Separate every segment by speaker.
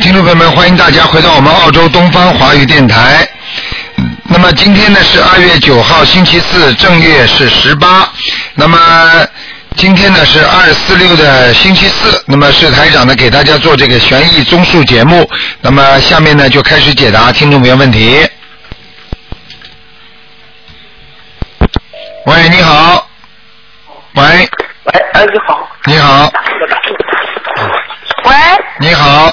Speaker 1: 听众朋友们，欢迎大家回到我们澳洲东方华语电台。那么今天呢是二月九号，星期四，正月是十八。那么今天呢是二四六的星期四，那么是台长呢给大家做这个悬疑综述节目。那么下面呢就开始解答听众朋友问题。喂，你好。喂，
Speaker 2: 喂，哎，你好，
Speaker 1: 你好，
Speaker 3: 喂
Speaker 1: 你好，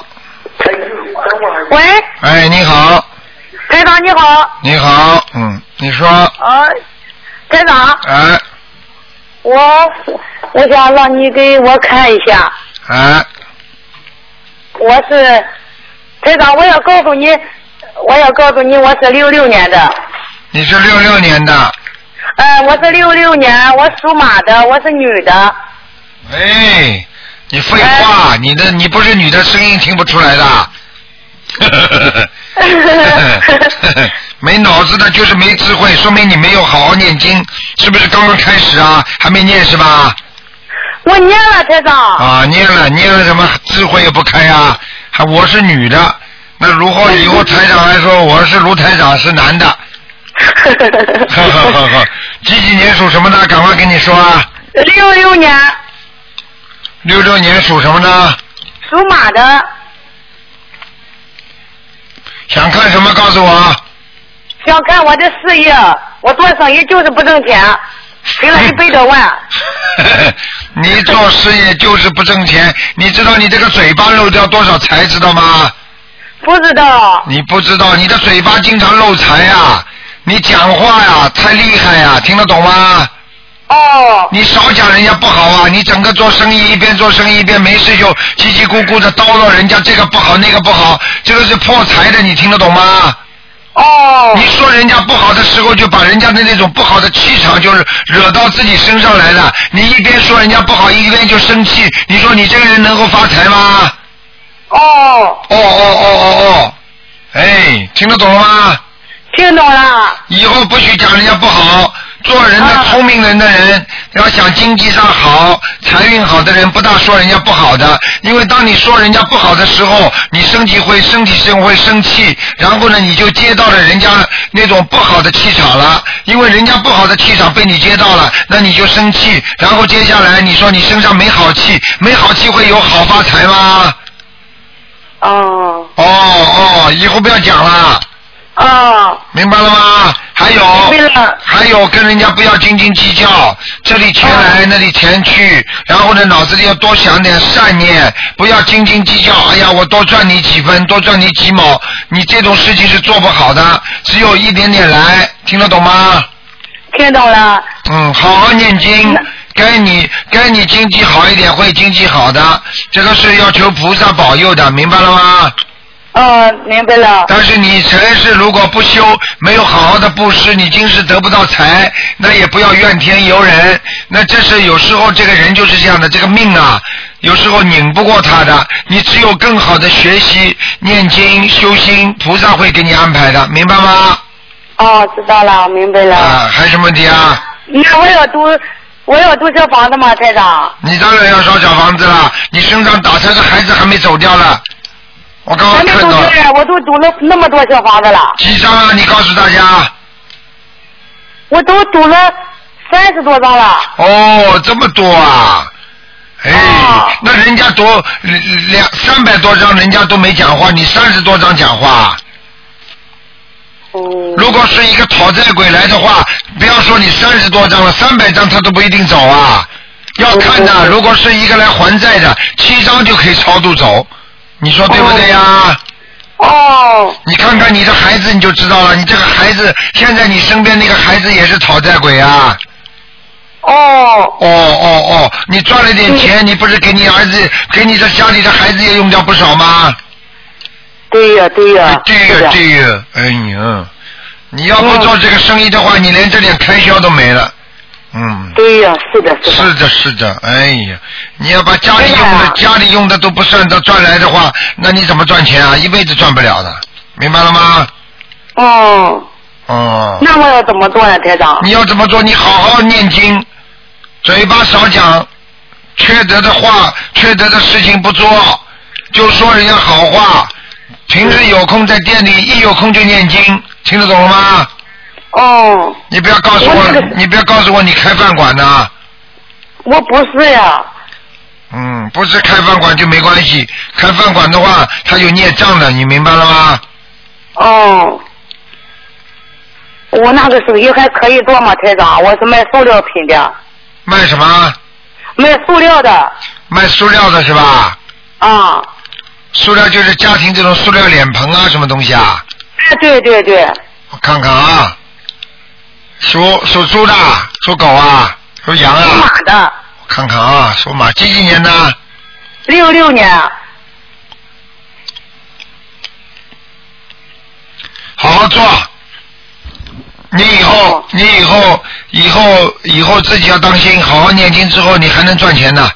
Speaker 3: 喂，
Speaker 1: 哎，你好，
Speaker 3: 台长你好，
Speaker 1: 你好，嗯，你说，
Speaker 3: 呃，台长，
Speaker 1: 哎，
Speaker 3: 我我想让你给我看一下，
Speaker 1: 哎，
Speaker 3: 我是台长，我要告诉你，我要告诉你，我是六六年的，
Speaker 1: 你是六六年的，
Speaker 3: 呃，我是六六年，我属马的，我是女的，
Speaker 1: 哎，你废话，你的你不是女的声音听不出来的， 没脑子的就是没智慧，说明你没有好好念经，是不是刚刚开始啊？还没念是吧？
Speaker 3: 我念了台长，
Speaker 1: 啊，念了念了什么智慧也不开啊？还我是女的，那如后以后台长还说我是卢台长是男的， 呵呵呵呵，几几年属什么的？赶快跟你说啊！
Speaker 3: 六六年
Speaker 1: 六六年属什么呢？
Speaker 3: 属马的，
Speaker 1: 想看什么告诉我啊。
Speaker 3: 想看我的事业，我做生意就是不挣钱，赔了一百多万。
Speaker 1: 你做事业就是不挣钱，你知道你这个嘴巴漏掉多少财知道吗？
Speaker 3: 不知道，
Speaker 1: 你不知道，你的嘴巴经常漏财啊！你讲话呀、太厉害呀、听得懂吗？
Speaker 3: 哦，
Speaker 1: 你少讲人家不好啊！你整个做生意，一边做生意一边没事就叽叽咕咕的叨叨人家这个不好那个不好，这个是破财的，你听得懂吗？
Speaker 3: 哦
Speaker 1: 你，说人家不好的时候，就把人家的那种不好的气场，就是惹到自己身上来了。你一边说人家不好，一边就生气，你说你这个人能够发财吗？
Speaker 3: 哦，
Speaker 1: 哦哦哦哦哦，哎，听得懂了吗？
Speaker 3: 听懂了，
Speaker 1: 以后不许讲人家不好。做人的
Speaker 3: 啊
Speaker 1: 聪明人的人，要想经济上好、财运好的人，不大说人家不好的，因为当你说人家不好的时候，你身体会身体上会生气，然后呢，你就接到了人家那种不好的气场了，因为人家不好的气场被你接到了，那你就生气，然后接下来你说你身上没好气，没好气会有好发财吗？
Speaker 3: 哦，
Speaker 1: 哦哦，以后不要讲了。
Speaker 3: 哦，
Speaker 1: 明白了吗？还有
Speaker 3: 明白了，
Speaker 1: 还有跟人家不要斤斤计较，这里钱来、那里钱去，然后呢，脑子里要多想点善念，不要斤斤计较。哎呀，我多赚你几分，多赚你几毛，你这种事情是做不好的，只有一点点来，听得懂吗？
Speaker 3: 听懂了，
Speaker 1: 嗯，好好念经
Speaker 3: 那，
Speaker 1: 该你该你经济好一点会经济好的，这个是要求菩萨保佑的，明白了吗？
Speaker 3: 哦，明白了，
Speaker 1: 但是你前世如果不修，没有好好的布施，你今世得不到财，那也不要怨天尤人。那这是有时候这个人就是这样的，这个命啊，有时候拧不过他的。你只有更好的学习、念经、修心，菩萨会给你安排的，明白吗？
Speaker 3: 哦，知道了，明白了。
Speaker 1: 啊，还有什么问题啊？
Speaker 3: 那我要读，我要读这房子吗，台长？
Speaker 1: 你当然要烧小房子了，你身上打胎的孩子还没走掉了，我刚
Speaker 3: 还
Speaker 1: 刚
Speaker 3: 没
Speaker 1: 看
Speaker 3: 读
Speaker 1: 到了
Speaker 3: 出来，我都读了那么多小房子了，
Speaker 1: 几张啊？你告诉大家。
Speaker 3: 我都读了三十多张了。
Speaker 1: 哦，这么多啊！哎，
Speaker 3: 啊
Speaker 1: 那人家多两两三百多张，人家都没讲话，你三十多张讲话。
Speaker 3: 嗯，
Speaker 1: 如果是一个讨债鬼来的话，不要说你三十多张了，三百张他都不一定走啊。要看的，如果是一个来还债的，七张就可以超度走，你说对不对呀、
Speaker 3: 哦，
Speaker 1: 你看看你的孩子你就知道了，你这个孩子现在你身边那个孩子也是讨债鬼啊。
Speaker 3: 哦，
Speaker 1: 哦哦哦，你赚了点钱，你不是给你儿子、给你的家里的孩子也用掉不少吗？
Speaker 3: 对呀，对
Speaker 1: 哎
Speaker 3: 呀，
Speaker 1: 对
Speaker 3: 是
Speaker 1: 呀
Speaker 3: 的
Speaker 1: 对呀，哎呀，你要不做这个生意的话，你连这点开销都没了。嗯，
Speaker 3: 对呀，是的，是的，
Speaker 1: 是的，是的，哎呀，你要把家里用
Speaker 3: 对
Speaker 1: 的
Speaker 3: 呀
Speaker 1: 家里用的都不算到赚来的话，那你怎么赚钱啊？一辈子赚不了的，明白了吗？
Speaker 3: 哦。
Speaker 1: 哦，
Speaker 3: 那我要怎么做呢，台长？
Speaker 1: 你要怎么做？你好好念经，嘴巴少讲，缺德的话、缺德的事情不做，就说人家好话。平时有空在店里，一有空就念经，听得懂了吗？
Speaker 3: 哦，
Speaker 1: 你不要告诉我，
Speaker 3: 我这个
Speaker 1: 你不要告诉我你开饭馆的，
Speaker 3: 我不是呀，
Speaker 1: 嗯，不是开饭馆就没关系，开饭馆的话他有孽障的，你明白了吗？
Speaker 3: 哦，我那个生意还可以做吗，台长？我是卖塑料品的，
Speaker 1: 卖什么？
Speaker 3: 卖塑料的，
Speaker 1: 卖塑料的是吧？
Speaker 3: 啊、
Speaker 1: 塑料就是家庭这种塑料脸盆啊，什么东西啊？
Speaker 3: 哎，对对对，
Speaker 1: 我看看啊，属属猪的，属狗啊，属羊
Speaker 3: 属
Speaker 1: 啊，
Speaker 3: 马的，
Speaker 1: 我看看啊，属马，几几年的？
Speaker 3: 六六年，
Speaker 1: 啊好好做。你以后
Speaker 3: 哦，
Speaker 1: 你以后，以后，以后自己要当心，好好念经之后，你还能赚钱的。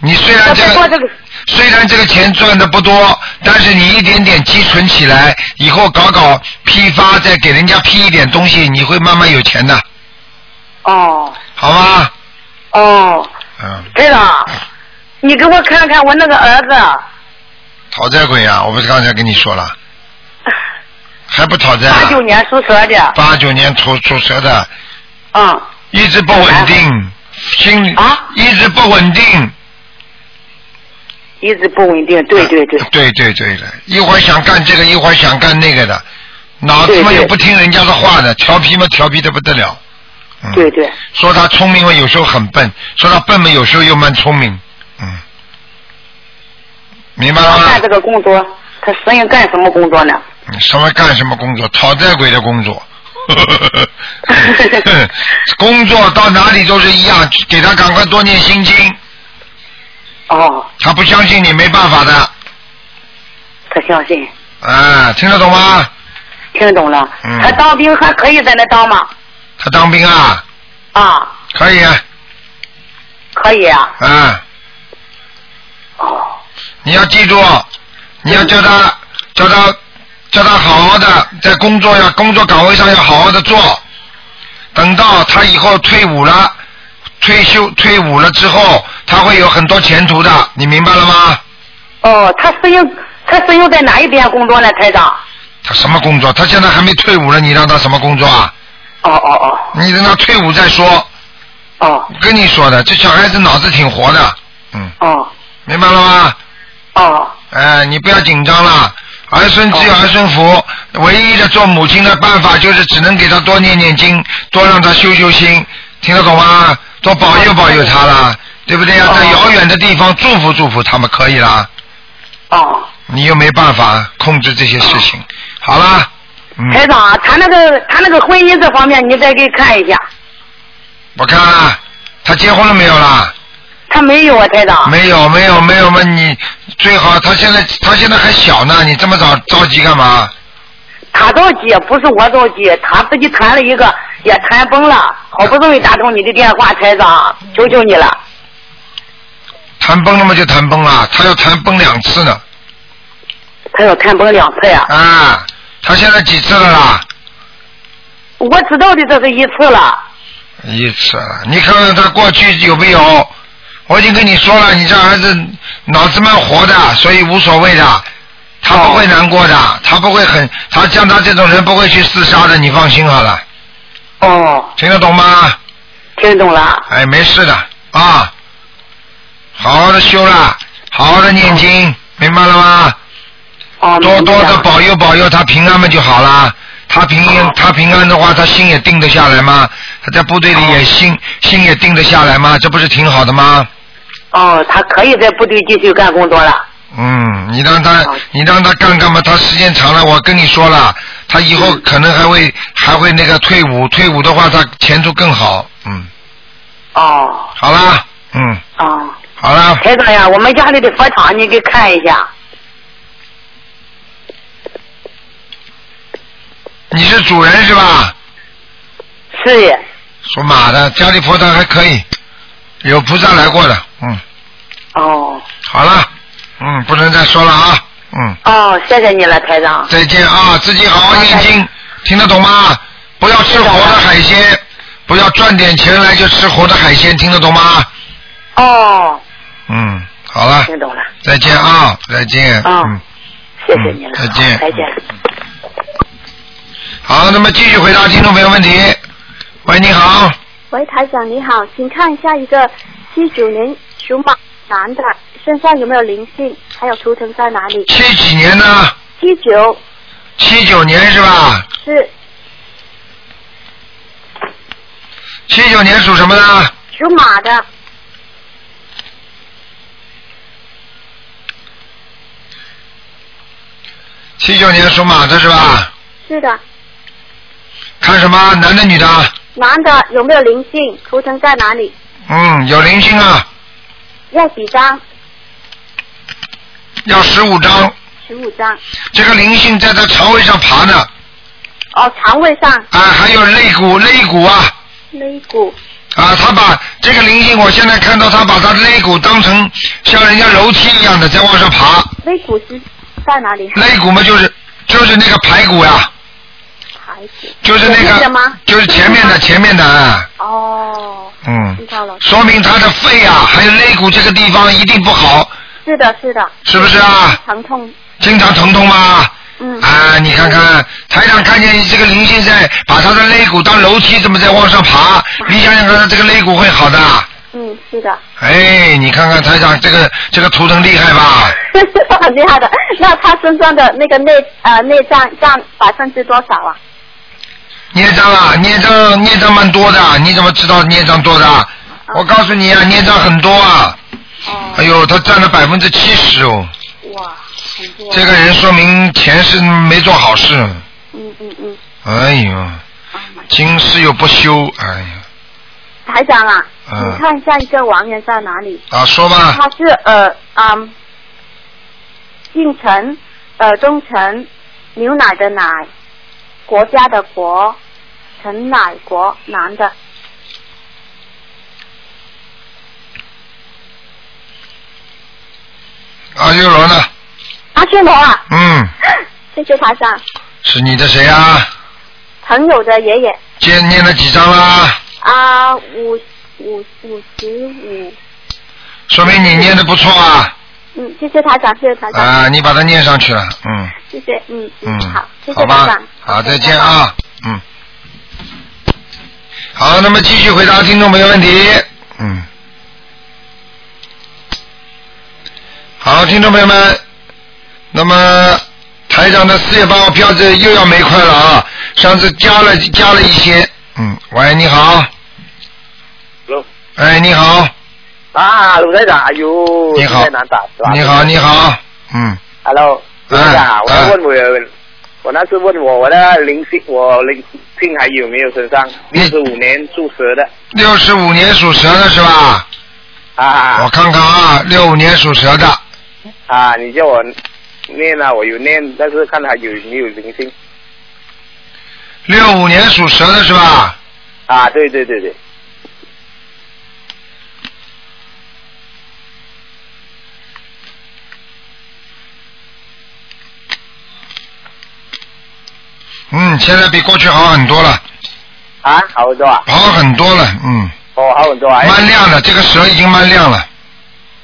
Speaker 1: 你虽然
Speaker 3: 我
Speaker 1: 这
Speaker 3: 在做这
Speaker 1: 个，
Speaker 3: 个，
Speaker 1: 虽然这个钱赚的不多，但是你一点点积存起来，以后搞搞批发，再给人家批一点东西，你会慢慢有钱的，
Speaker 3: 哦
Speaker 1: 好吗？
Speaker 3: 哦，
Speaker 1: 嗯，
Speaker 3: 台长，你给我看看我那个儿子。
Speaker 1: 讨债鬼啊！我不是刚才跟你说了，还不讨债、啊
Speaker 3: 八？九年属蛇的，
Speaker 1: 八九年出出蛇的，
Speaker 3: 嗯，
Speaker 1: 一直不稳定，心里
Speaker 3: 哎啊
Speaker 1: 一直不稳定。
Speaker 3: 一直不稳定，对对对，
Speaker 1: 对对对的，一会儿想干这个，一会儿想干那个的，脑子嘛
Speaker 3: 对对
Speaker 1: 也不听人家的话的，调皮嘛调皮的不得了。嗯、
Speaker 3: 对，对，
Speaker 1: 说他聪明嘛，有时候很笨；说他笨嘛，有时候又蛮聪明。嗯，明白了
Speaker 3: 他
Speaker 1: 吗
Speaker 3: 干这？个工作，他适应干什么工作呢？
Speaker 1: 嗯什么干什么工作？讨债鬼的工作。工作到哪里都是一样，给他赶快多念心经，
Speaker 3: 哦，
Speaker 1: 他不相信你没办法的，
Speaker 3: 他相信，
Speaker 1: 啊，听得懂吗？
Speaker 3: 听懂了。
Speaker 1: 嗯
Speaker 3: 他当兵还可以在那当吗？
Speaker 1: 他当兵啊，
Speaker 3: 啊，
Speaker 1: 可以啊，
Speaker 3: 可以啊。
Speaker 1: 啊，
Speaker 3: 哦，
Speaker 1: 你要记住，你要叫他叫他叫他好好的在工作要工作岗位上要好好的做，等到他以后退伍了，退休退伍了之后，他会有很多前途的，你明白了吗？
Speaker 3: 哦，他适应，他适应在哪一边工作呢，台长？
Speaker 1: 他什么工作？他现在还没退伍呢，你让他什么工作啊？
Speaker 3: 哦哦
Speaker 1: 你等他退伍再说。
Speaker 3: 哦哦
Speaker 1: 跟你说的，这小孩子脑子挺活的，嗯，
Speaker 3: 哦
Speaker 1: 明白了吗？
Speaker 3: 哦
Speaker 1: 哎，你不要紧张了，儿孙自有儿孙福。唯一的做母亲的办法就是只能给他多念念经，多让他修修心，听得懂吗？多保佑保佑他啦，对不对呀、
Speaker 3: 哦
Speaker 1: 在遥远的地方祝福祝福他们可以啦，
Speaker 3: 哦。
Speaker 1: 你又没办法控制这些事情。好啦，
Speaker 3: 台
Speaker 1: 嗯，
Speaker 3: 长，啊他那个他那个婚姻这方面，你再给看一下。
Speaker 1: 我看啊，他结婚了没有啦？
Speaker 3: 他没有啊，台长。
Speaker 1: 没有没有没有嘛，你最好他现在他现在还小呢，你这么早着急干嘛？
Speaker 3: 他着急，啊不是我着急，他自己谈了一个，也谈崩了，好不容易打通你的电话，台长，求求你了。
Speaker 1: 谈崩了嘛就谈崩了，他要谈崩两次呢
Speaker 3: 他要谈崩两次呀、
Speaker 1: 啊！他现在几次了啦？
Speaker 3: 我知道的这是一次了，
Speaker 1: 一次了，你看看他过去有没有？我已经跟你说了，你这儿子脑子蛮活的，所以无所谓的，他不会难过的，他不会很，他像他这种人不会去自杀的，你放心好了，
Speaker 3: 哦，
Speaker 1: 听得懂吗？
Speaker 3: 听懂了，
Speaker 1: 哎，没事的啊，好好的修啦，好好的念经，明白了吗？
Speaker 3: 哦，
Speaker 1: 多多的
Speaker 3: 明白了
Speaker 1: 保佑保佑他平安嘛就好啦。他平安
Speaker 3: 哦
Speaker 1: 他平安的话，他心也定得下来吗？他在部队里也心心也定得下来吗？这不是挺好的吗？
Speaker 3: 哦，他可以在部队继续干工作了，
Speaker 1: 嗯，你让他
Speaker 3: 好
Speaker 1: 你让他干干嘛？他时间长了，我跟你说了，他以后可能还会还会那个退伍，退伍的话他前途更好。嗯，
Speaker 3: 哦，
Speaker 1: 好啦，嗯，
Speaker 3: 哦，
Speaker 1: 好啦，
Speaker 3: 台长呀，我们家里的佛堂你给看一下，
Speaker 1: 你是主人是吧？
Speaker 3: 是呀，
Speaker 1: 属马的，家里佛堂还可以，有菩萨来过的，嗯，
Speaker 3: 哦，
Speaker 1: 好了，嗯，不能再说了啊，嗯，
Speaker 3: 哦，谢谢你了，台长，
Speaker 1: 再见啊，自己好好念
Speaker 3: 好
Speaker 1: 经，听得懂吗？不要吃活的海鲜，不要赚点钱来就吃活的海鲜，听得懂吗？
Speaker 3: 哦，
Speaker 1: 嗯，好了，
Speaker 3: 听懂了，
Speaker 1: 再见啊，再见，
Speaker 3: 嗯
Speaker 1: 嗯，
Speaker 3: 谢谢您了，
Speaker 1: 再见
Speaker 3: 再见。
Speaker 1: 好，那么继续回答听众朋友问题。喂，你好，
Speaker 2: 喂，台长你好，请看一下一个七九年属马男的身上有没有灵性，还有图腾在哪里？
Speaker 1: 七几年呢？
Speaker 2: 七九
Speaker 1: 七九年是吧？
Speaker 2: 是
Speaker 1: 七九年属什么呢？
Speaker 2: 属马的，
Speaker 1: 七九年属马的是吧？
Speaker 2: 是的，
Speaker 1: 看什么？男的女的？
Speaker 2: 男的有没有灵性？图腾在哪里？
Speaker 1: 嗯，有灵性啊，
Speaker 2: 要几张？
Speaker 1: 要十五张。
Speaker 2: 十五张。
Speaker 1: 这个灵性在他肠胃上爬呢，
Speaker 2: 哦，肠胃上
Speaker 1: 啊，还有肋骨、肋骨啊，
Speaker 2: 肋骨，
Speaker 1: 啊，他把这个灵性，我现在看到他把他肋骨当成像人家楼梯一样的在往上爬，
Speaker 2: 肋骨是在哪里？
Speaker 1: 肋骨嘛就是就是那个排骨呀、
Speaker 2: 排骨。
Speaker 1: 就是那
Speaker 2: 前面的
Speaker 1: 个
Speaker 2: 吗
Speaker 1: 就是前面的前面的，啊
Speaker 2: 哦，知
Speaker 1: 嗯，
Speaker 2: 道了。
Speaker 1: 说明他的肺啊还有肋骨这个地方一定不好，
Speaker 2: 是的，是的，
Speaker 1: 是不是啊？
Speaker 2: 疼痛。
Speaker 1: 经常疼痛吗？
Speaker 2: 嗯，
Speaker 1: 啊，你看看，台长看见这个灵性在把他的肋骨当楼梯这么在往上爬，你想想看，他这个肋骨会好的。啊
Speaker 2: 嗯，是的，
Speaker 1: 哎，你看看台长这个这个图腾厉害吧？
Speaker 2: 哦很厉害的。那他身上的那个内呃内脏占百分之多少啊？
Speaker 1: 孽障啊，孽障孽障蛮多的，你怎么知道孽障多的？我告诉你啊，孽障很多啊。哎
Speaker 2: 哦，
Speaker 1: 呦，他占了百分之七十哦，
Speaker 2: 哇，很多。
Speaker 1: 这个人说明前世没做好事。
Speaker 2: 嗯嗯嗯，
Speaker 1: 哎呦，
Speaker 2: 啊妈呀
Speaker 1: 今世又不修，哎呀，
Speaker 2: 台长啊，
Speaker 1: 嗯
Speaker 2: 你看一下一个王源在哪里？
Speaker 1: 啊，说吧，
Speaker 2: 他是呃啊，嗯姓陈，呃忠诚，牛奶的奶，国家的国，陈乃国，男的，
Speaker 1: 阿修罗呢？
Speaker 2: 阿修罗啊，
Speaker 1: 嗯，
Speaker 2: 谢谢台长，
Speaker 1: 是你的谁啊？
Speaker 2: 朋友的爷爷
Speaker 1: 今念了几张啦？
Speaker 2: 啊，五五五十五，
Speaker 1: 说明你念的不错啊，
Speaker 2: 嗯，谢谢台长，谢谢台长，
Speaker 1: 啊，你把它念上去了，嗯。
Speaker 2: 谢谢，嗯
Speaker 1: 嗯，
Speaker 2: 好，谢谢
Speaker 1: 好
Speaker 2: 台
Speaker 1: 吧
Speaker 2: 长，，
Speaker 1: 好，再见啊，嗯。好，那么继续回答听众朋友问题。嗯。好，听众朋友们，那么台长的四月八号票子又要没块了啊，上次加了加了一些。嗯，喂，你好。
Speaker 4: Hello
Speaker 1: 哎，你好，
Speaker 4: 啊，鲁台长，哎呦，
Speaker 1: 你好
Speaker 4: 太难打是吧？
Speaker 1: 你好，你好，嗯，
Speaker 4: Hello，鲁台
Speaker 1: 嗯
Speaker 4: 长，我要
Speaker 1: 嗯
Speaker 4: 问我有，我那次问我我的灵性，我灵性还有没有身上？
Speaker 1: 你
Speaker 4: 六十五年注蛇的
Speaker 1: 六十五年属蛇的是吧？我
Speaker 4: 啊
Speaker 1: 看看啊，六五年属蛇的，
Speaker 4: 啊！你叫我念啊，我有念，但是看还有没有灵性
Speaker 1: 六五年属蛇的是吧？
Speaker 4: 啊？对对对对，
Speaker 1: 嗯，现在比过去好很多了，
Speaker 4: 啊，好很多啊，
Speaker 1: 好很多了，嗯，
Speaker 4: 哦，好很多啊，
Speaker 1: 蛮亮的，这个蛇已经蛮亮了，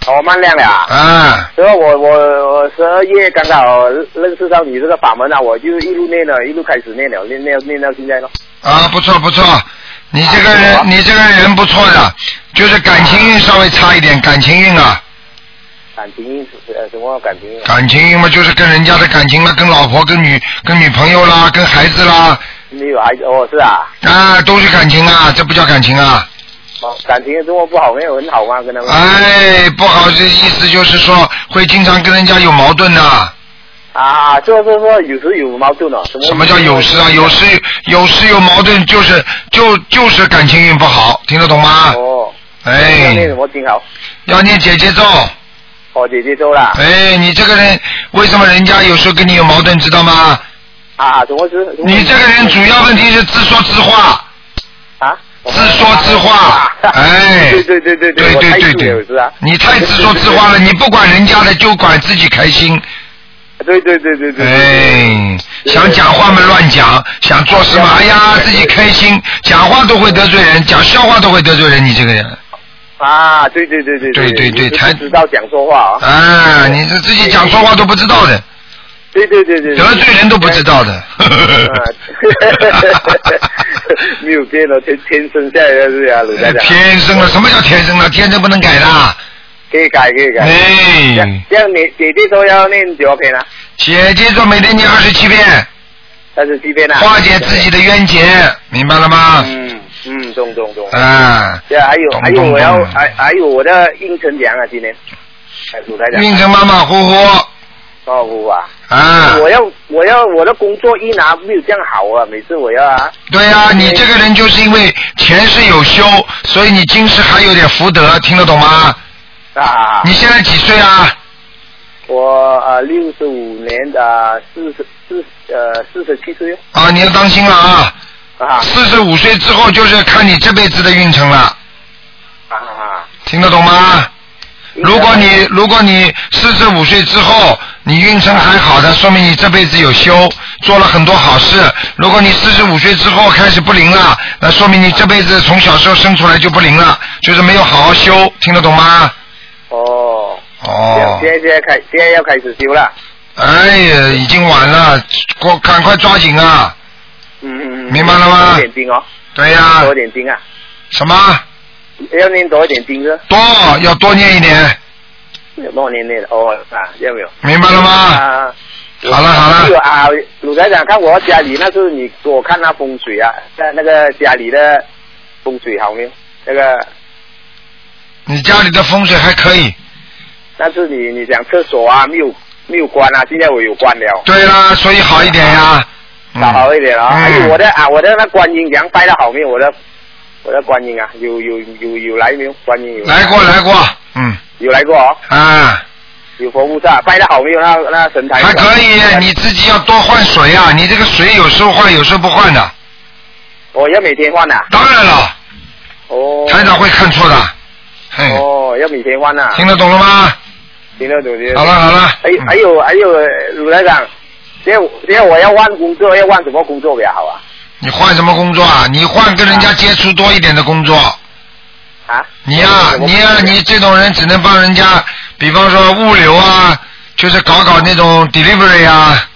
Speaker 4: 哦，慢亮了啊。
Speaker 1: 啊，
Speaker 4: 然后我我我十二月刚好认识到你这个法门啊，我就一路念了，一路开始念了，念念念到现在咯。
Speaker 1: 啊，不错不错，你这个
Speaker 4: 啊
Speaker 1: 人你这个人不错的，就是感情运稍微差一点，感情运啊，
Speaker 4: 感情呃什么感情？
Speaker 1: 感情运嘛就是跟人家的感情了，跟老婆、跟女、跟女朋友啦，跟孩子啦，
Speaker 4: 没有孩子哦，是啊，
Speaker 1: 啊，都是感情啊，这不叫感情啊，
Speaker 4: 哦，感情这么不好，没有很好吗？跟他们、
Speaker 1: 哎，不好，这意思就是说会经常跟人家有矛盾的、
Speaker 4: 啊，就是说有时有矛盾哦，什么
Speaker 1: 什么叫有时啊？有时有时有矛盾，就是就就是感情运不好，听得懂吗？
Speaker 4: 哦，要
Speaker 1: 哎
Speaker 4: 念什，么经好？
Speaker 1: 要念姐姐咒。
Speaker 4: 哦，姐姐说啦，
Speaker 1: 哎，你这个人为什么人家有时候跟你有矛盾，知道吗？
Speaker 4: 啊，什么事？
Speaker 1: 你这个人主要问题是自说自话，
Speaker 4: 啊，
Speaker 1: 自说自话。哎，
Speaker 4: 对对对对
Speaker 1: 对
Speaker 4: 我太
Speaker 1: 对对
Speaker 4: 自有时啊
Speaker 1: 对，，你太自说自话了，你不管人家的，就管自己开心。
Speaker 4: 对对对对对，
Speaker 1: 哎，想讲话嘛乱讲，想做什么哎呀自己开心，讲话都会得罪人，讲笑话都会得罪人，你这个人，
Speaker 4: 啊，对对对对
Speaker 1: 对对对
Speaker 4: 你就是
Speaker 1: 台
Speaker 4: 知道讲说话啊，
Speaker 1: 啊，你是自己讲错话都不知道的，
Speaker 4: 对对对对。对
Speaker 1: 得罪人都不知。道 的。
Speaker 4: 啊， 没有变了，天天生下来的是啊，鲁台长。
Speaker 1: 天生了，什么叫天生了？天生不能改的。
Speaker 4: 可以改，可以改。这样
Speaker 1: 哎，
Speaker 4: 这样你姐姐说要念九篇啊，
Speaker 1: 姐姐说每天念二十七遍，
Speaker 4: 三十七篇啊。
Speaker 1: 化解自己的冤结，明白了吗？
Speaker 4: 嗯嗯，中中中。
Speaker 1: 啊，
Speaker 4: 对啊，还有
Speaker 1: 懂
Speaker 4: 还有，
Speaker 1: 懂
Speaker 4: 我要
Speaker 1: 懂
Speaker 4: 还还有我的运程奖啊，今天。哎鲁台长。
Speaker 1: 运程马马虎虎
Speaker 4: 哦不啊，
Speaker 1: 啊。
Speaker 4: 我要我要我的工作一拿没有这样好啊，每次我要啊。
Speaker 1: 对呀、你这个人就是因为前世有修，所以你今世还有点福德，听得懂吗？
Speaker 4: 啊，
Speaker 1: 你现在几岁啊？
Speaker 4: 我啊六十五年的四十四呃四十七岁哦
Speaker 1: 啊，你要当心了啊！
Speaker 4: 啊
Speaker 1: 四十五岁之后就是看你这辈子的运程了，
Speaker 4: 啊啊！
Speaker 1: 听得懂吗？如果你如果你四十五岁之后你运程还好的，说明你这辈子有修，做了很多好事。如果你四十五岁之后开始不灵了，那说明你这辈子从小时候生出来就不灵了，就是没有好好修，听得懂吗？
Speaker 4: 哦，这样
Speaker 1: 哦
Speaker 4: 现，在现在开现在要开始修了，
Speaker 1: 哎呀，已经晚了，过赶快抓紧啊！
Speaker 4: 嗯嗯嗯，
Speaker 1: 明白了吗
Speaker 4: 多一点经哦，
Speaker 1: 对呀、
Speaker 4: 多一点经啊，
Speaker 1: 什么
Speaker 4: 要念多一点经是吧？
Speaker 1: 多要多念一点，
Speaker 4: 有多少年念的哦啊，要没有？
Speaker 1: 明白了吗？
Speaker 4: 啊，
Speaker 1: 好了好
Speaker 4: 还有
Speaker 1: 了，
Speaker 4: 啊，鲁台长，看我家里那是你给我看那风水啊，在那个家里的风水好没有？那个
Speaker 1: 你家里的风水还可以。
Speaker 4: 那是你你讲厕所啊没有没有关啊，现在我有关了。
Speaker 1: 对啦，所以好一点呀。嗯
Speaker 4: 搞好一点啊、
Speaker 1: 嗯
Speaker 4: 还有我的啊，我的那观音羊拜的好没有？我的我的观音啊，有有有有来没有？观音有
Speaker 1: 来过来过，嗯
Speaker 4: 有来过哦，
Speaker 1: 啊，
Speaker 4: 有佛菩萨拜的好没有？那那神台
Speaker 1: 还可以，你自己要多换水啊，你这个水有时候换，有时候不换的。
Speaker 4: 我要每天换啊。
Speaker 1: 当然了，
Speaker 4: 哦。
Speaker 1: 台长会哎看错的。嘿，
Speaker 4: 哦，要每天换啊。
Speaker 1: 听得懂了吗？
Speaker 4: 听得懂，听得
Speaker 1: 好
Speaker 4: 懂
Speaker 1: 了。好了，
Speaker 4: 还有
Speaker 1: 嗯
Speaker 4: 还有还有，鲁哎台长，现在我现在我要换工作，要换什么工作比较好啊？
Speaker 1: 你换什么工作啊？你换跟人家接触多一点的工作。
Speaker 4: 啊？
Speaker 1: 你呀、
Speaker 4: 什么
Speaker 1: 你呀、你这种人只能帮人家，比方说物流啊，就是搞搞那种 delivery 啊，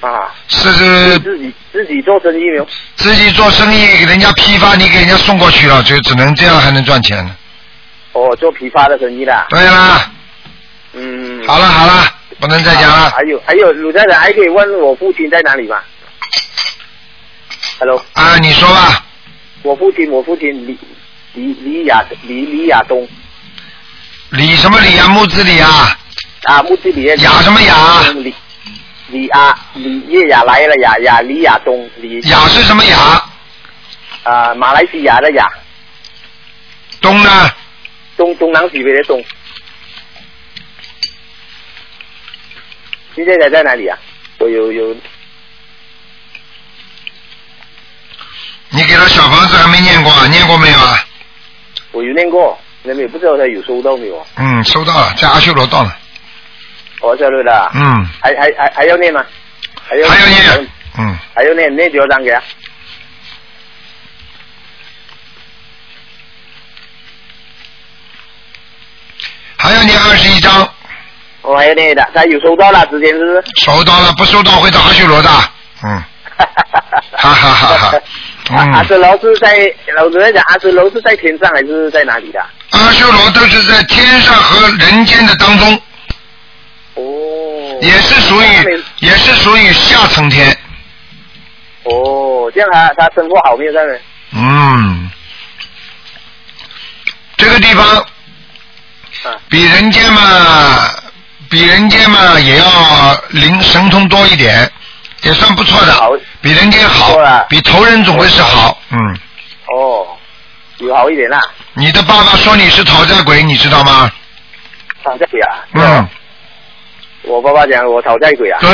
Speaker 4: 啊，
Speaker 1: 是是
Speaker 4: 自己自己做生意没有？
Speaker 1: 自己做生意给人家批发，你给人家送过去了，就只能这样还能赚钱。
Speaker 4: 哦，做批发的生意啦。
Speaker 1: 对啦，
Speaker 4: 嗯。
Speaker 1: 好了好了，不能再讲
Speaker 4: 啊
Speaker 1: 了。
Speaker 4: 还有还有，鲁站长还可以问我父亲在哪里吗？Hello，
Speaker 1: 啊，你说吧，
Speaker 4: 我父亲，我父亲李李李亚李李亚东
Speaker 1: 李什么李啊？木子李啊？
Speaker 4: 啊，木子李的李
Speaker 1: 亚什么亚
Speaker 4: 李李啊，李叶雅来了雅雅李亚东李
Speaker 1: 雅是什么雅？
Speaker 4: 啊，马来西亚的雅，
Speaker 1: 东呢？
Speaker 4: 东东南西北的东。现在在在哪里啊？我有有
Speaker 1: 你给他小房子还没念过啊？念过没有啊？
Speaker 4: 我有念过，那边不知道他有收到没有啊？
Speaker 1: 嗯，收到了，在阿修罗道了。
Speaker 4: 我收到了。
Speaker 1: 嗯，
Speaker 4: 还还还还要念吗？还要
Speaker 1: 还有念，嗯，
Speaker 4: 还要念念多少张给啊？
Speaker 1: 还要念二十一章。
Speaker 4: 我还要念的，他有收到了，之前是不是？
Speaker 1: 收到了，不收到会到阿修罗的。嗯，
Speaker 4: 哈
Speaker 1: 哈哈哈 哈。
Speaker 4: 啊阿
Speaker 1: 嗯，
Speaker 4: 斯楼是在，老师在讲阿斯楼是在天上还是在哪里的？
Speaker 1: 阿修罗都是在天上和人间的当中，
Speaker 4: 哦，
Speaker 1: 也是属于也是属于下层天。
Speaker 4: 哦，这样他他生活好没有啊在呢？
Speaker 1: 嗯，这个地方
Speaker 4: 啊，
Speaker 1: 比人间嘛，比人间嘛也要灵神通多一点，也算不错
Speaker 4: 好啊
Speaker 1: 的，比人间好
Speaker 4: 不错了，
Speaker 1: 比头人总归是好。嗯，
Speaker 4: 哦，有好一点啦，
Speaker 1: 你的爸爸说你是讨债鬼，你知道吗？
Speaker 4: 讨债鬼啊！
Speaker 1: 嗯，
Speaker 4: 我爸爸讲我讨债鬼啊！
Speaker 1: 对，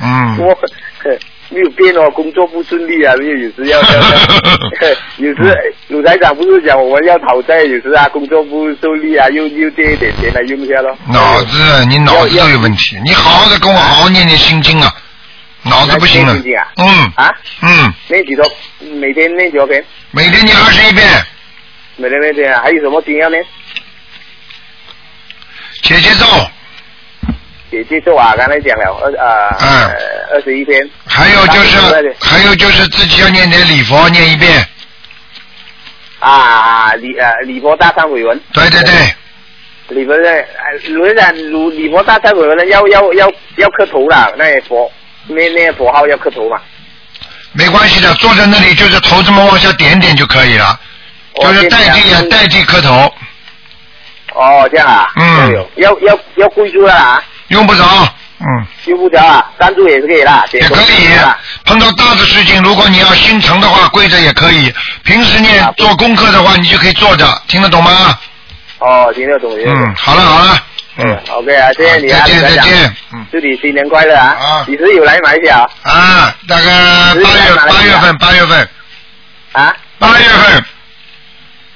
Speaker 1: 嗯。
Speaker 4: 我呵没有变哦，工作不顺利啊，没有有时要 要要呵有时鲁台长不是讲我们要讨债，有时啊工作不顺利啊，又又借一点钱来用一下咯。哎
Speaker 1: 脑子，你脑子都有问题，你好好的跟我好好念念心经啊，脑子不行了
Speaker 4: 念心经啊。
Speaker 1: 嗯
Speaker 4: 啊，
Speaker 1: 嗯，
Speaker 4: 那几多，每天那几多篇，
Speaker 1: 每天念二十一遍
Speaker 4: 每天那天啊，还有什么经要呢？
Speaker 1: 姐姐咒，
Speaker 4: 也接受啊，刚才讲了二啊
Speaker 1: 嗯，
Speaker 4: 二十一天。
Speaker 1: 还有就是，还有就是自己要念点礼佛，念一遍。
Speaker 4: 啊，李呃李佛大忏悔文，
Speaker 1: 对对对，
Speaker 4: 李呃佛在卢院长卢李佛大忏悔文呢要要要要磕头啦，那些佛那那些佛号要磕头嘛，
Speaker 1: 没关系
Speaker 4: 嗯
Speaker 1: 的，坐在那里就是头这么往下点点就可以了，
Speaker 4: 哦
Speaker 1: 就是代替
Speaker 4: 这
Speaker 1: 啊
Speaker 4: 样
Speaker 1: 代替磕头，
Speaker 4: 哦这样啊，
Speaker 1: 嗯
Speaker 4: 这样有要要要跪住了啊，
Speaker 1: 用不着，嗯，
Speaker 4: 用不着啊，站住也是可以啦，也
Speaker 1: 也可以。碰到大的事情，如果你要心诚的话，跪着也可以。平时念
Speaker 4: 啊
Speaker 1: 做功课的话，你就可以坐着，听得懂吗？
Speaker 4: 哦，听得懂，听得懂
Speaker 1: 嗯，。好了好了，嗯，
Speaker 4: OK 啊，谢谢你啊，
Speaker 1: 再见
Speaker 4: 卢台长
Speaker 1: 再见嗯
Speaker 4: 祝你新年快乐
Speaker 1: 啊
Speaker 4: 啊！你是有来马来西亚
Speaker 1: 啊，大概
Speaker 4: 嗯
Speaker 1: 八月
Speaker 4: 马来
Speaker 1: 八
Speaker 4: 西亚
Speaker 1: 月份八月份
Speaker 4: 啊？
Speaker 1: 八月份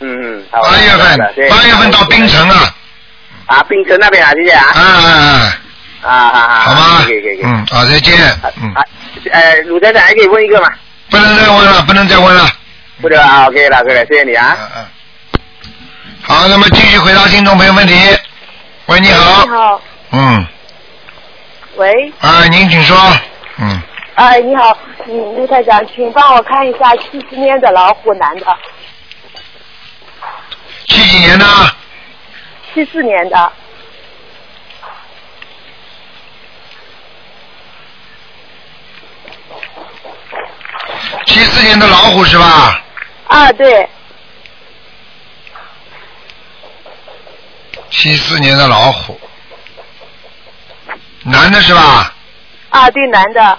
Speaker 4: 嗯嗯，好
Speaker 1: 八月份八月份到槟城啊，
Speaker 4: 啊，槟城那边啊，谢谢
Speaker 1: 啊
Speaker 4: 啊，
Speaker 1: 啊啊，
Speaker 4: 啊啊啊，
Speaker 1: 好吗
Speaker 4: 可以可以可？以。
Speaker 1: 嗯，好，再见，嗯，
Speaker 4: 啊，呃，鲁站长还可以问一个吗？
Speaker 1: 不能再问了，不能再问了。
Speaker 4: 不对啊，OK 了，OK 了，谢谢你啊。
Speaker 1: 嗯嗯。好，那么继续回答听众朋友问题。喂，你好
Speaker 2: 你。好，
Speaker 1: 嗯，
Speaker 2: 喂，
Speaker 1: 啊，您请说。嗯，
Speaker 2: 哎，你好，嗯，刘台长，请帮我看一下七十年的老虎男的，
Speaker 1: 七几年的？
Speaker 2: 七四年的，
Speaker 1: 七四年的老虎是吧？
Speaker 2: 啊，对，
Speaker 1: 七四年的老虎，男的是吧？
Speaker 2: 啊，对，男的，
Speaker 5: 哦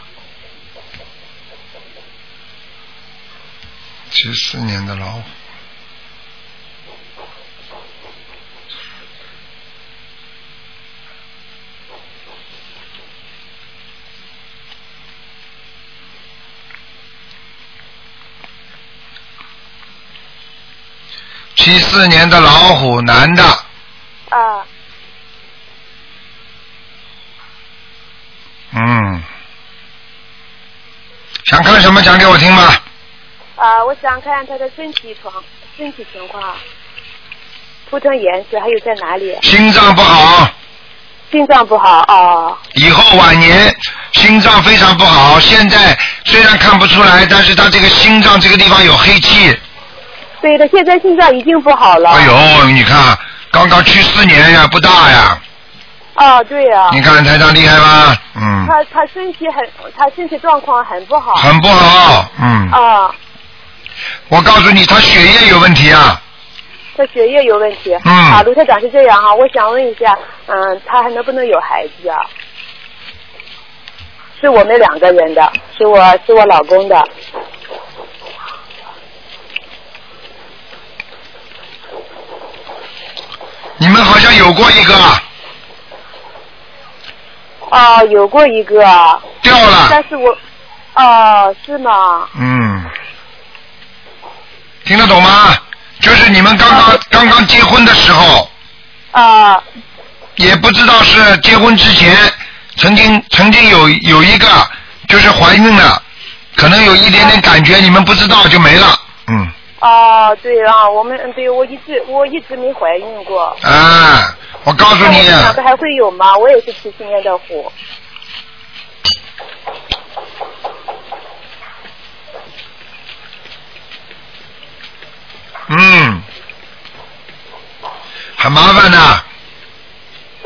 Speaker 1: 七四年的老虎。七四年的老虎，男的，
Speaker 2: 啊，
Speaker 1: 嗯，想看什么讲给我听吧。
Speaker 2: 啊，我想看他的身体状身体情况，图腾颜色还有在哪里？
Speaker 1: 心脏不好，
Speaker 2: 心脏不好哦，
Speaker 1: 以后晚年心脏非常不好。现在虽然看不出来，但是他这个心脏这个地方有黑气。
Speaker 2: 对的，现在心脏已经不好了。
Speaker 1: 哎呦，你看，刚刚去四年呀，不大呀。
Speaker 2: 哦，对呀、
Speaker 1: 你看台长厉害吧？嗯，
Speaker 2: 他他身体很，他身体状况很不好。
Speaker 1: 很不好。嗯，
Speaker 2: 啊，
Speaker 1: 我告诉你，他血液有问题啊。
Speaker 2: 他血液有问题。
Speaker 1: 嗯
Speaker 2: 啊，卢科长是这样哈、我想问一下，嗯，他还能不能有孩子啊？是我们两个人的，是我是我老公的。
Speaker 1: 你们好像有过一个
Speaker 2: 哦，有过一个，
Speaker 1: 掉了
Speaker 2: 但。是我，哦，是吗？
Speaker 1: 嗯，听得懂吗？就是你们刚刚刚刚结婚的时候。
Speaker 2: 啊、
Speaker 1: 也不知道是结婚之前曾经曾经有有一个就是怀孕了，可能有一点点感觉，你们不知道就没了。嗯。
Speaker 2: 哦，对啊，我们嗯对我一直我一直没怀孕过。
Speaker 1: 啊，我告诉
Speaker 2: 那我
Speaker 1: 你
Speaker 2: 们，两个还会有吗？我也是七七年的虎。
Speaker 1: 嗯，很麻烦的，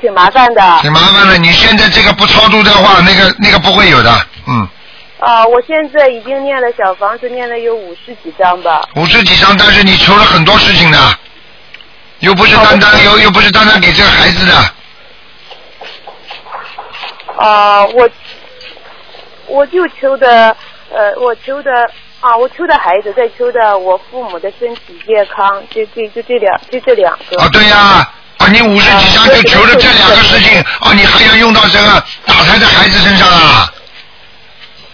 Speaker 2: 挺麻烦的。
Speaker 1: 挺麻烦的。你现在这个不超度的话，那个那个不会有的。嗯，
Speaker 2: 啊、我现在已经念了小房子，念了有五十几张吧。
Speaker 1: 五十几张，但是你求了很多事情的，又不是单单又又不是单单给这个孩子的。
Speaker 2: 啊、我我就求的，呃，我求的啊，我求的孩子，再求的我父母的身体健康，就这就这两就这两个。
Speaker 1: 啊，对呀、啊，你五十几张就求了这两个事情，啊，你还要用到这个打胎的孩子身上啊？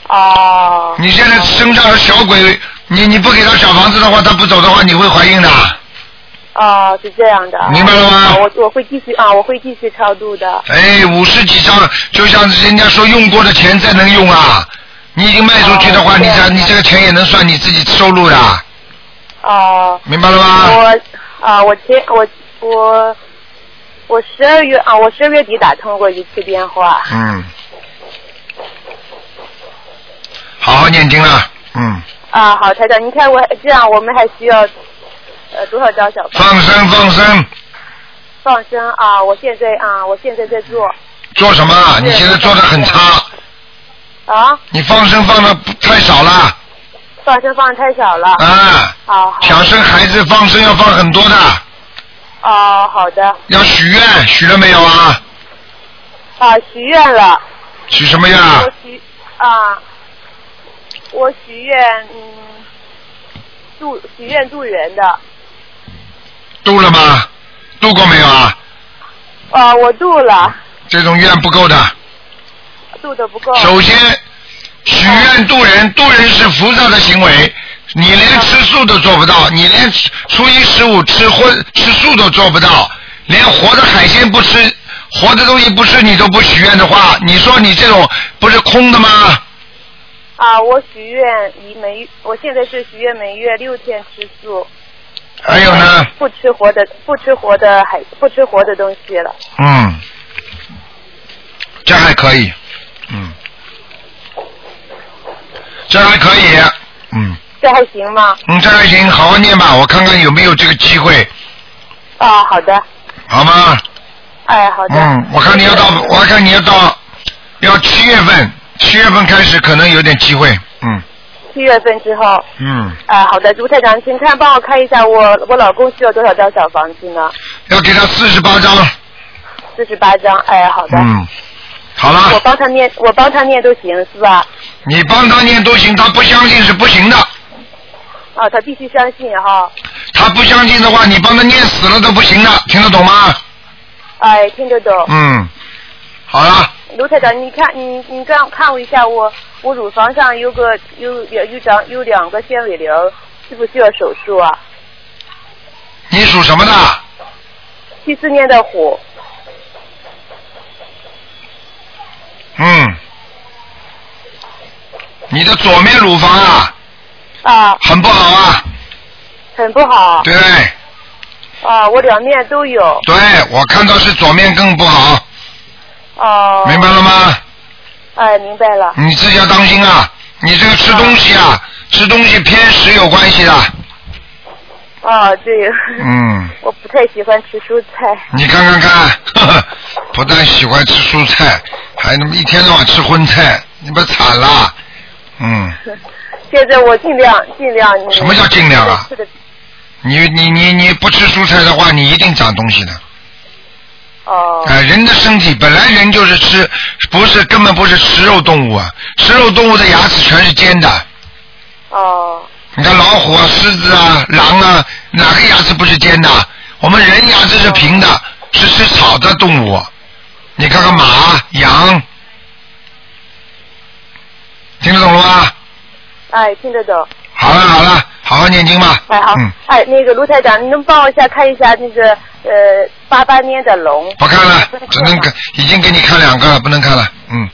Speaker 2: 哦、
Speaker 1: 你现在身上的小鬼，你你不给他小房子的话，他不走的话，你会怀孕的。
Speaker 2: 啊、是这样的。
Speaker 1: 明白了吗
Speaker 2: 啊我我会继续啊，我会继续超度的。
Speaker 1: 哎，五十几张，就像人家说用过的钱才能用啊。你已经卖出去的话，
Speaker 2: 哦
Speaker 1: 你
Speaker 2: 对
Speaker 1: 这你这个钱也能算你自己收入的，
Speaker 2: 哦、
Speaker 1: 明白了吗？
Speaker 2: 啊我啊，我前我我我十二月啊，我十二月底打通过一次电话。
Speaker 1: 嗯，好好念经了，嗯，
Speaker 2: 啊，好，台长，您看我这样，我们还需要呃多少张小房
Speaker 1: 放生放生，
Speaker 2: 放生啊？我现在啊，我现在在做
Speaker 1: 做什么啊？你现在做的很差，
Speaker 2: 啊，
Speaker 1: 你放生放的太少了
Speaker 2: 放生放的太少了。
Speaker 1: 啊！
Speaker 2: 好好
Speaker 1: 想生孩子放生要放很多的，
Speaker 2: 哦、好的
Speaker 1: 要许愿，许了没有啊？
Speaker 2: 啊，许愿了，
Speaker 1: 许什么愿啊
Speaker 2: 我？许啊，我许愿嗯，渡许愿渡人的，
Speaker 1: 渡了吗？渡过没有啊？
Speaker 2: 啊，我渡了，
Speaker 1: 这种愿不够的。
Speaker 2: 渡的不够。
Speaker 1: 首先，许愿渡人，渡人是菩萨的行为，你连吃素都做不到，你连吃初一十五吃荤吃素都做不到，连活的海鲜不吃，活的东西不吃你都不许愿的话，你说你这种不是空的吗？
Speaker 2: 啊，我许愿以每，我现在是许愿每月六天吃素，
Speaker 1: 还有呢，
Speaker 2: 不吃活的，不吃活的海，不吃活的东西了。
Speaker 1: 嗯，这还可以，嗯，这还可以，嗯
Speaker 2: 这还行吗？
Speaker 1: 嗯，这还行，好好念吧，我看看有没有这个机会，
Speaker 2: 啊，好的，
Speaker 1: 好吗？
Speaker 2: 哎，好的。
Speaker 1: 嗯，我看你要到，我看你要到，要七月份，七月份开始可能有点机会。嗯
Speaker 2: 七月份之后，
Speaker 1: 嗯，
Speaker 2: 啊，好的，卢太长，请看帮我看一下我我老公需要多少张小房子呢？
Speaker 1: 要给他四十八张。
Speaker 2: 四十八张，哎，好的。
Speaker 1: 嗯，好
Speaker 2: 我
Speaker 1: 了，
Speaker 2: 帮他念，我帮他念都行是吧？
Speaker 1: 你帮他念都行，他不相信是不行的。
Speaker 2: 啊，他必须相信哈。
Speaker 1: 他不相信的话，你帮他念死了都不行的，听得懂吗？
Speaker 2: 哎，听得懂。
Speaker 1: 嗯，好了，
Speaker 2: 卢台长，你看，你你看看我一下，我我乳房上有个有有有长有两个纤维瘤，需不需要手术啊？
Speaker 1: 你属什么的？
Speaker 2: 七四年的虎，
Speaker 1: 嗯，你的左面乳房啊，
Speaker 2: 啊，
Speaker 1: 很不好啊。
Speaker 2: 很不好，
Speaker 1: 对
Speaker 2: 啊，我两面都有，
Speaker 1: 对，我看到是左面更不好，
Speaker 2: 哦、
Speaker 1: 明白了吗？
Speaker 2: 哎，明白了，
Speaker 1: 你自己要当心啊！你这个吃东西啊，吃东西偏食有关系的。
Speaker 2: 啊，对，
Speaker 1: 嗯，
Speaker 2: 我不太喜欢吃蔬菜，
Speaker 1: 你看看看， 呵呵不但喜欢吃蔬菜，还那么一天到晚吃荤菜，你不惨了？嗯，
Speaker 2: 现在我尽量尽量。
Speaker 1: 什么叫尽量啊
Speaker 2: 吃的
Speaker 1: 你你你你不吃蔬菜的话，你一定长东西的。
Speaker 2: 哦、
Speaker 1: 哎、人的身体本来人就是吃，不是根本不是食肉动物啊，食肉动物的牙齿全是尖的。
Speaker 2: 哦、
Speaker 1: 你看老虎啊、狮子啊、狼啊，哪个牙齿不是尖的？我们人牙齿是平的，是吃草的动物。你看看马、羊，听得懂了吗？
Speaker 2: 哎，听得懂。
Speaker 1: 好了好了，好好念经吧。
Speaker 2: 哎好，
Speaker 1: 嗯，
Speaker 2: 哎那个卢台长，你能帮我一下看一下那个呃八八年的龙？
Speaker 1: 不看了，只能看，已经给你看两个了，不能看了。嗯，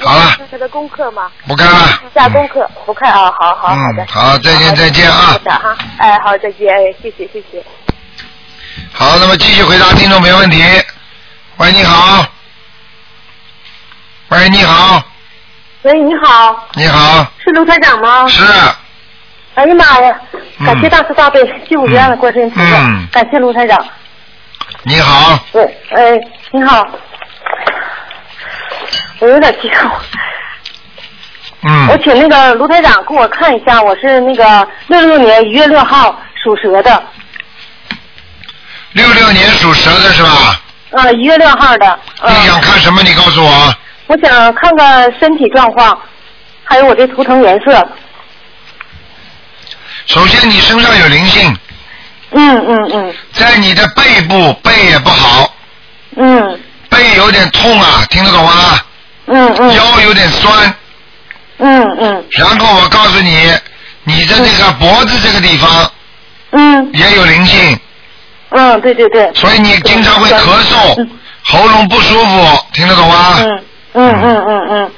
Speaker 1: 好了，
Speaker 2: 他的功课吗？
Speaker 1: 不看了。
Speaker 2: 下功课不看啊，好好好的
Speaker 1: 嗯，。好，再见再见啊
Speaker 2: 好。的哈，哎好，再见，哎谢谢谢谢。
Speaker 1: 好，那么继续回答听众朋友问题。喂，你好。喂，你好，
Speaker 2: 喂，你好，
Speaker 1: 你好，
Speaker 2: 是卢台长吗？
Speaker 1: 是。
Speaker 2: 哎呀妈呀！
Speaker 1: 嗯
Speaker 2: 感谢大慈大悲救苦救难的观世音菩萨，
Speaker 1: 嗯
Speaker 2: 感谢卢台长。
Speaker 1: 你好，
Speaker 2: 我哎，你好，我有点激动，
Speaker 1: 嗯
Speaker 2: 我，请那个卢台长给我看一下，我是那个六六年一月六号属蛇的，
Speaker 1: 六六年属蛇的是吧？
Speaker 2: 啊、一月六号的，呃，
Speaker 1: 你想看什么？你告诉我。
Speaker 2: 我想看看身体状况，还有我这图腾颜色。
Speaker 1: 首先，你身上有灵性，
Speaker 2: 嗯嗯嗯
Speaker 1: 在你的背部，背也不好，
Speaker 2: 嗯
Speaker 1: 背有点痛啊，听得懂吗？
Speaker 2: 嗯嗯
Speaker 1: 腰有点酸。
Speaker 2: 嗯嗯
Speaker 1: 然后我告诉你，你的这个脖子这个地方
Speaker 2: 嗯
Speaker 1: 也有灵性，
Speaker 2: 嗯，对对对，
Speaker 1: 所以你经常会咳嗽，啊喉咙不舒服，听得懂吗？
Speaker 2: 嗯嗯嗯嗯嗯，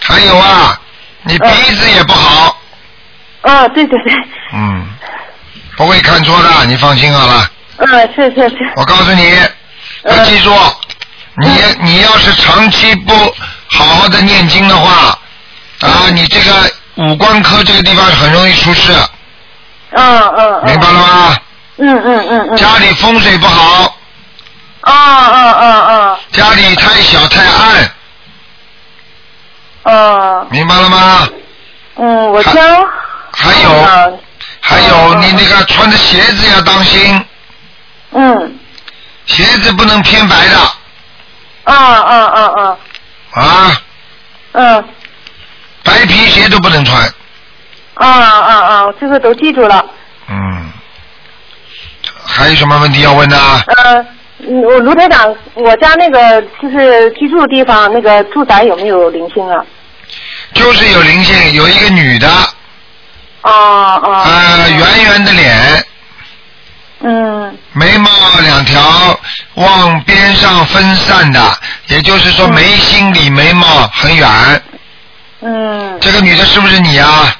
Speaker 1: 还有啊，
Speaker 6: 嗯
Speaker 1: 你鼻子也不好，
Speaker 2: 啊，对对对，
Speaker 1: 嗯，不会看错的，你放心好了。
Speaker 2: 嗯，是是是，
Speaker 1: 我告诉你，要哦记住，你
Speaker 6: 嗯
Speaker 1: 你要是长期不好好的念经的话，啊，你这个五官科这个地方很容易出事，
Speaker 2: 啊
Speaker 6: 嗯嗯嗯，
Speaker 1: 明白了吗？
Speaker 6: 嗯嗯嗯嗯，
Speaker 1: 家里风水不好，
Speaker 2: 啊
Speaker 6: 哦哦
Speaker 1: 家里太小太暗，
Speaker 6: 哦哦
Speaker 2: 啊
Speaker 6: 哦，
Speaker 1: 明白了吗？
Speaker 6: 嗯，我听。
Speaker 1: 还有
Speaker 6: 嗯
Speaker 1: 还有你那个穿的鞋子要当心，
Speaker 6: 嗯，
Speaker 1: 鞋子不能偏白的
Speaker 6: 啊啊啊啊，
Speaker 1: 啊，
Speaker 6: 嗯，
Speaker 1: 白皮鞋都不能穿。
Speaker 6: 啊啊啊，这个都记住了。
Speaker 1: 嗯，还有什么问题要问的啊？
Speaker 6: 呃，嗯我卢台长，我家那个就是居住的地方那个住宅有没有灵性啊？
Speaker 1: 就是有灵性，有一个女的，
Speaker 6: 啊啊。
Speaker 1: 呃，圆圆的脸，
Speaker 6: 嗯
Speaker 1: 眉毛两条往边上分散的，也就是说眉心离眉毛很远。
Speaker 6: 嗯，
Speaker 1: 这个女的是不是你啊？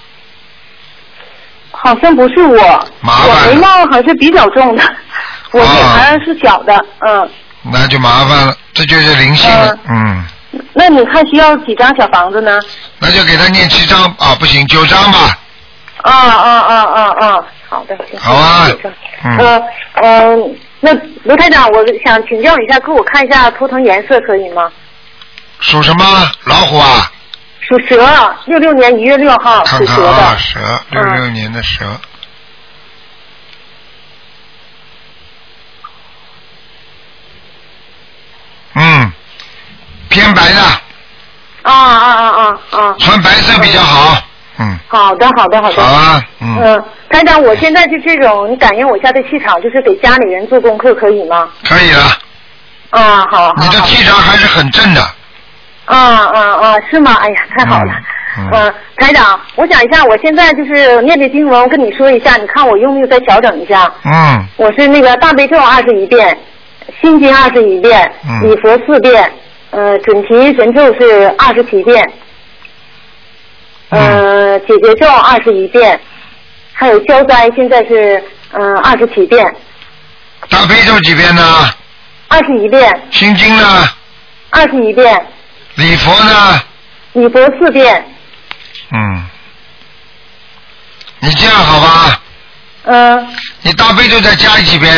Speaker 6: 好像不是我，
Speaker 1: 麻烦了
Speaker 6: 我眉毛还是比较 重的，我这
Speaker 1: 啊
Speaker 6: 还是小的，嗯。
Speaker 1: 那就麻烦了，这就是灵性了。嗯，
Speaker 6: 那你看需要几张小房子呢？
Speaker 1: 那就给她念七张啊，不行，九张吧。
Speaker 6: 啊啊啊啊啊！好的，行
Speaker 1: 好啊嗯
Speaker 6: 呃呃，那卢台长，我想请教一下，给我看一下图腾颜色可以吗？
Speaker 1: 属什么？老虎啊？
Speaker 6: 属蛇，六六年一月六号
Speaker 1: 看看
Speaker 6: 属蛇的。
Speaker 1: 啊，蛇，六六年的蛇。嗯，偏白的，
Speaker 6: 啊啊啊啊啊！
Speaker 1: 穿白色比较好。嗯，
Speaker 6: 好的，好的，好的。
Speaker 1: 好啊，嗯，
Speaker 6: 嗯，台长，我现在是这种，你感应我家的气场，就是给家里人做功课，可以吗？
Speaker 1: 可以了。
Speaker 6: 啊，好，好，
Speaker 1: 你的
Speaker 6: 好
Speaker 1: 气场还是很正的。
Speaker 6: 啊啊啊，是吗？哎呀，太好了。
Speaker 1: 嗯
Speaker 6: 嗯
Speaker 1: 嗯
Speaker 6: 台长，我想一下，我现在就是念的经文，我跟你说一下，你看我用不用再调整一下？
Speaker 1: 嗯
Speaker 6: 我是那个大悲咒二十一遍，心经二十一遍，
Speaker 1: 嗯
Speaker 6: 礼佛四遍，呃，准提神咒是二十七遍，
Speaker 1: 嗯
Speaker 6: 呃，解结咒二十一遍，还有消灾现在是嗯二十七遍，
Speaker 1: 大悲咒几遍呢？
Speaker 6: 二十一遍，
Speaker 1: 心经呢？
Speaker 6: 二十一遍，
Speaker 1: 礼佛呢？
Speaker 6: 礼佛四遍，
Speaker 1: 嗯，你这样好吧？
Speaker 6: 嗯、
Speaker 1: 你大悲咒再加几遍。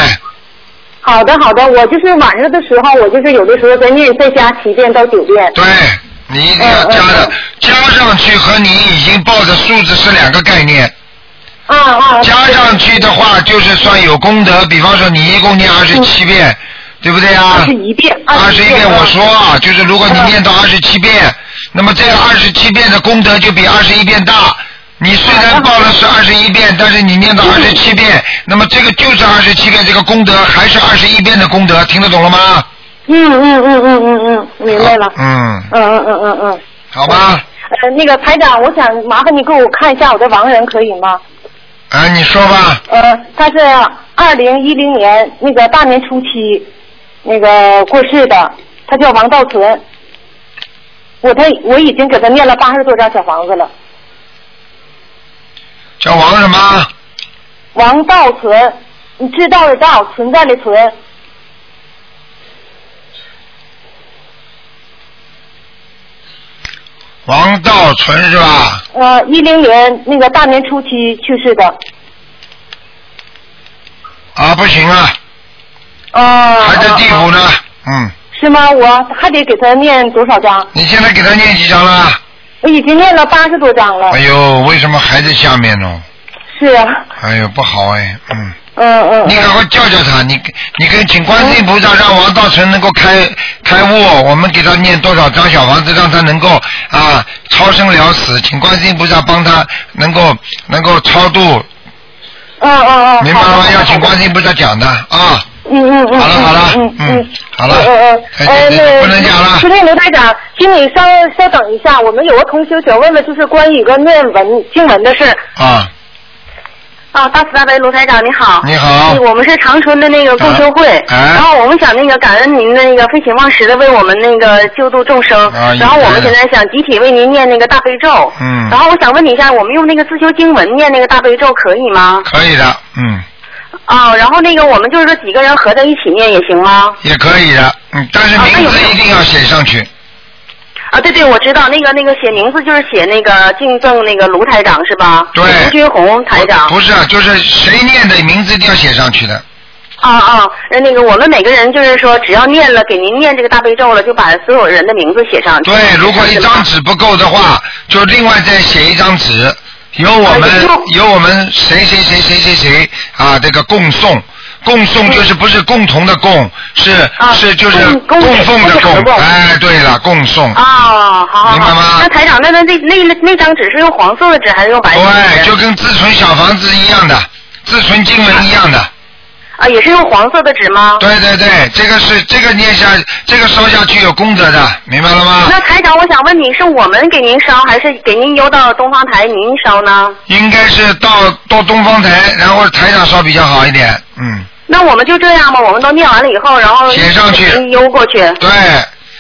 Speaker 6: 好的，好的，我就是晚上的时候，我就是有的时候再念再加七遍到九遍。
Speaker 1: 对，你
Speaker 6: 嗯
Speaker 1: 一定要加的，加上去和你已经报的数字是两个概念。
Speaker 6: 啊啊！
Speaker 1: 加上去的话，就是算有功德。比方说，你一共念二十七遍，对不对
Speaker 6: 嗯二
Speaker 1: 啊
Speaker 6: 十？一遍，嗯
Speaker 1: 二十
Speaker 6: 一
Speaker 1: 一遍，我说啊，就是如果你念到二十七遍，那么这个二十七遍的功德就比二十一遍大。你虽
Speaker 6: 啊
Speaker 1: 然报了是二十一遍，但是你念到二十
Speaker 6: 嗯
Speaker 1: 七遍，那么这个就是二十七遍，这个功德还是二十一遍的功德，听得懂了吗？
Speaker 6: 嗯嗯嗯嗯嗯嗯，明白了。
Speaker 1: 嗯，
Speaker 6: 嗯嗯嗯嗯嗯。
Speaker 1: 好吧，
Speaker 6: 呃，那个台长，我想麻烦你给我看一下我的亡人可以吗？
Speaker 1: 啊，你说吧，
Speaker 6: 呃，他是二零一零年那个大年初七那个过世的，他叫王道存。我他我已经给他念了八十多张小房子了。
Speaker 1: 叫王什么？
Speaker 6: 王道存，你知道的道，存在的存。
Speaker 1: 王道存是吧？
Speaker 6: 呃，一零年那个大年初七去世的。
Speaker 1: 啊，不行啊，
Speaker 6: 啊、
Speaker 1: 还在地府
Speaker 6: 啊
Speaker 1: 呢。嗯，
Speaker 6: 是吗？我还得给他念多少章？
Speaker 1: 你现在给他念几张
Speaker 6: 啊
Speaker 1: 了？
Speaker 6: 我已经念了八十多章了
Speaker 1: 哎。呦，为什么还在下面呢？
Speaker 6: 是啊，
Speaker 1: 哎呦，不好哎，嗯，
Speaker 6: 嗯嗯。
Speaker 1: 你赶快叫叫他，你你跟请观世音菩萨让王道成能够开开悟，哦我们给他念多少张小房子，让他能够啊超生了死，请观世音菩萨帮他能够能够超度，
Speaker 6: 嗯嗯嗯。
Speaker 1: 明白了
Speaker 6: 好
Speaker 1: 吗？
Speaker 6: 的
Speaker 1: 要请。
Speaker 6: 好
Speaker 1: 观
Speaker 6: 的
Speaker 1: 世音菩萨讲的啊。
Speaker 6: 嗯嗯嗯。
Speaker 1: 好了好了
Speaker 6: 嗯，
Speaker 1: 嗯
Speaker 6: 嗯，
Speaker 1: 好了
Speaker 6: 嗯嗯，
Speaker 1: 哎
Speaker 6: 呃，
Speaker 1: 对
Speaker 6: 那
Speaker 1: 不能讲了
Speaker 6: 是那刘台长，请你稍稍等一下，我们有个同学想问问，就是关于一个念文经文的事儿。
Speaker 1: 啊，
Speaker 6: 啊，大慈大悲卢台长，你好。
Speaker 1: 你好
Speaker 6: 我们是长春的那个共修会，
Speaker 1: 啊啊
Speaker 6: 然后我们想那个感恩您的那个废寝忘食的为我们那个救度众生，
Speaker 1: 啊
Speaker 6: 然后我
Speaker 1: 应
Speaker 6: 们
Speaker 1: 该
Speaker 6: 现
Speaker 1: 的
Speaker 6: 在想集体为您念那个大悲咒。
Speaker 1: 嗯
Speaker 6: 然后我想问你一下，我们用那个自修经文念那个大悲咒可以吗？
Speaker 1: 可以的，嗯。
Speaker 5: 啊、然后那个我们就是说几个人合在一起念也行吗？
Speaker 1: 也可以的，嗯，但是
Speaker 5: 啊
Speaker 1: 名
Speaker 5: 那有
Speaker 1: 字
Speaker 5: 没有
Speaker 1: 一定要写上去，
Speaker 5: 啊，对对，我知道那个那个写名字就是写那个敬赠那个卢台长是吧？
Speaker 1: 对
Speaker 5: 卢军红台长。
Speaker 1: 不是啊，就是谁念的名字一定要写上去的，
Speaker 5: 啊啊，那那个我们每个人就是说，只要念了给您念这个大悲咒了，就把所有人的名字写上去。
Speaker 1: 对，如果一张纸不够的话，
Speaker 5: 嗯
Speaker 1: 就另外再写一张纸，由我们
Speaker 5: 啊有
Speaker 1: 由我们谁谁谁谁谁谁啊，这个供送。供送就是不是共同的供，是、
Speaker 5: 嗯啊
Speaker 1: 是就是
Speaker 5: 供供
Speaker 1: 供奉的
Speaker 5: 供
Speaker 1: 供，
Speaker 5: 供
Speaker 1: 哎，对了，供送，
Speaker 5: 啊，好好
Speaker 1: 明白吗
Speaker 5: 好。那台长，那那那那那那张纸是用黄色的纸还是用白色的纸？
Speaker 1: 对，就跟自存小房子一样的，自存经文一样的，
Speaker 5: 啊，也是用黄色的纸吗？
Speaker 1: 对对对，这个是这个念下，这个烧下去有功德的，明白了吗？
Speaker 5: 那台长，我想问你是我们给您烧，还是给您邮到东方台您烧呢？
Speaker 1: 应该是到到东方台，然后台长烧比较好一点，嗯，
Speaker 5: 那我们就这样吧，我们都念完了以后，然
Speaker 6: 哦
Speaker 5: 后
Speaker 1: 写上去
Speaker 6: 嗯
Speaker 5: 给您邮过去。
Speaker 1: 对，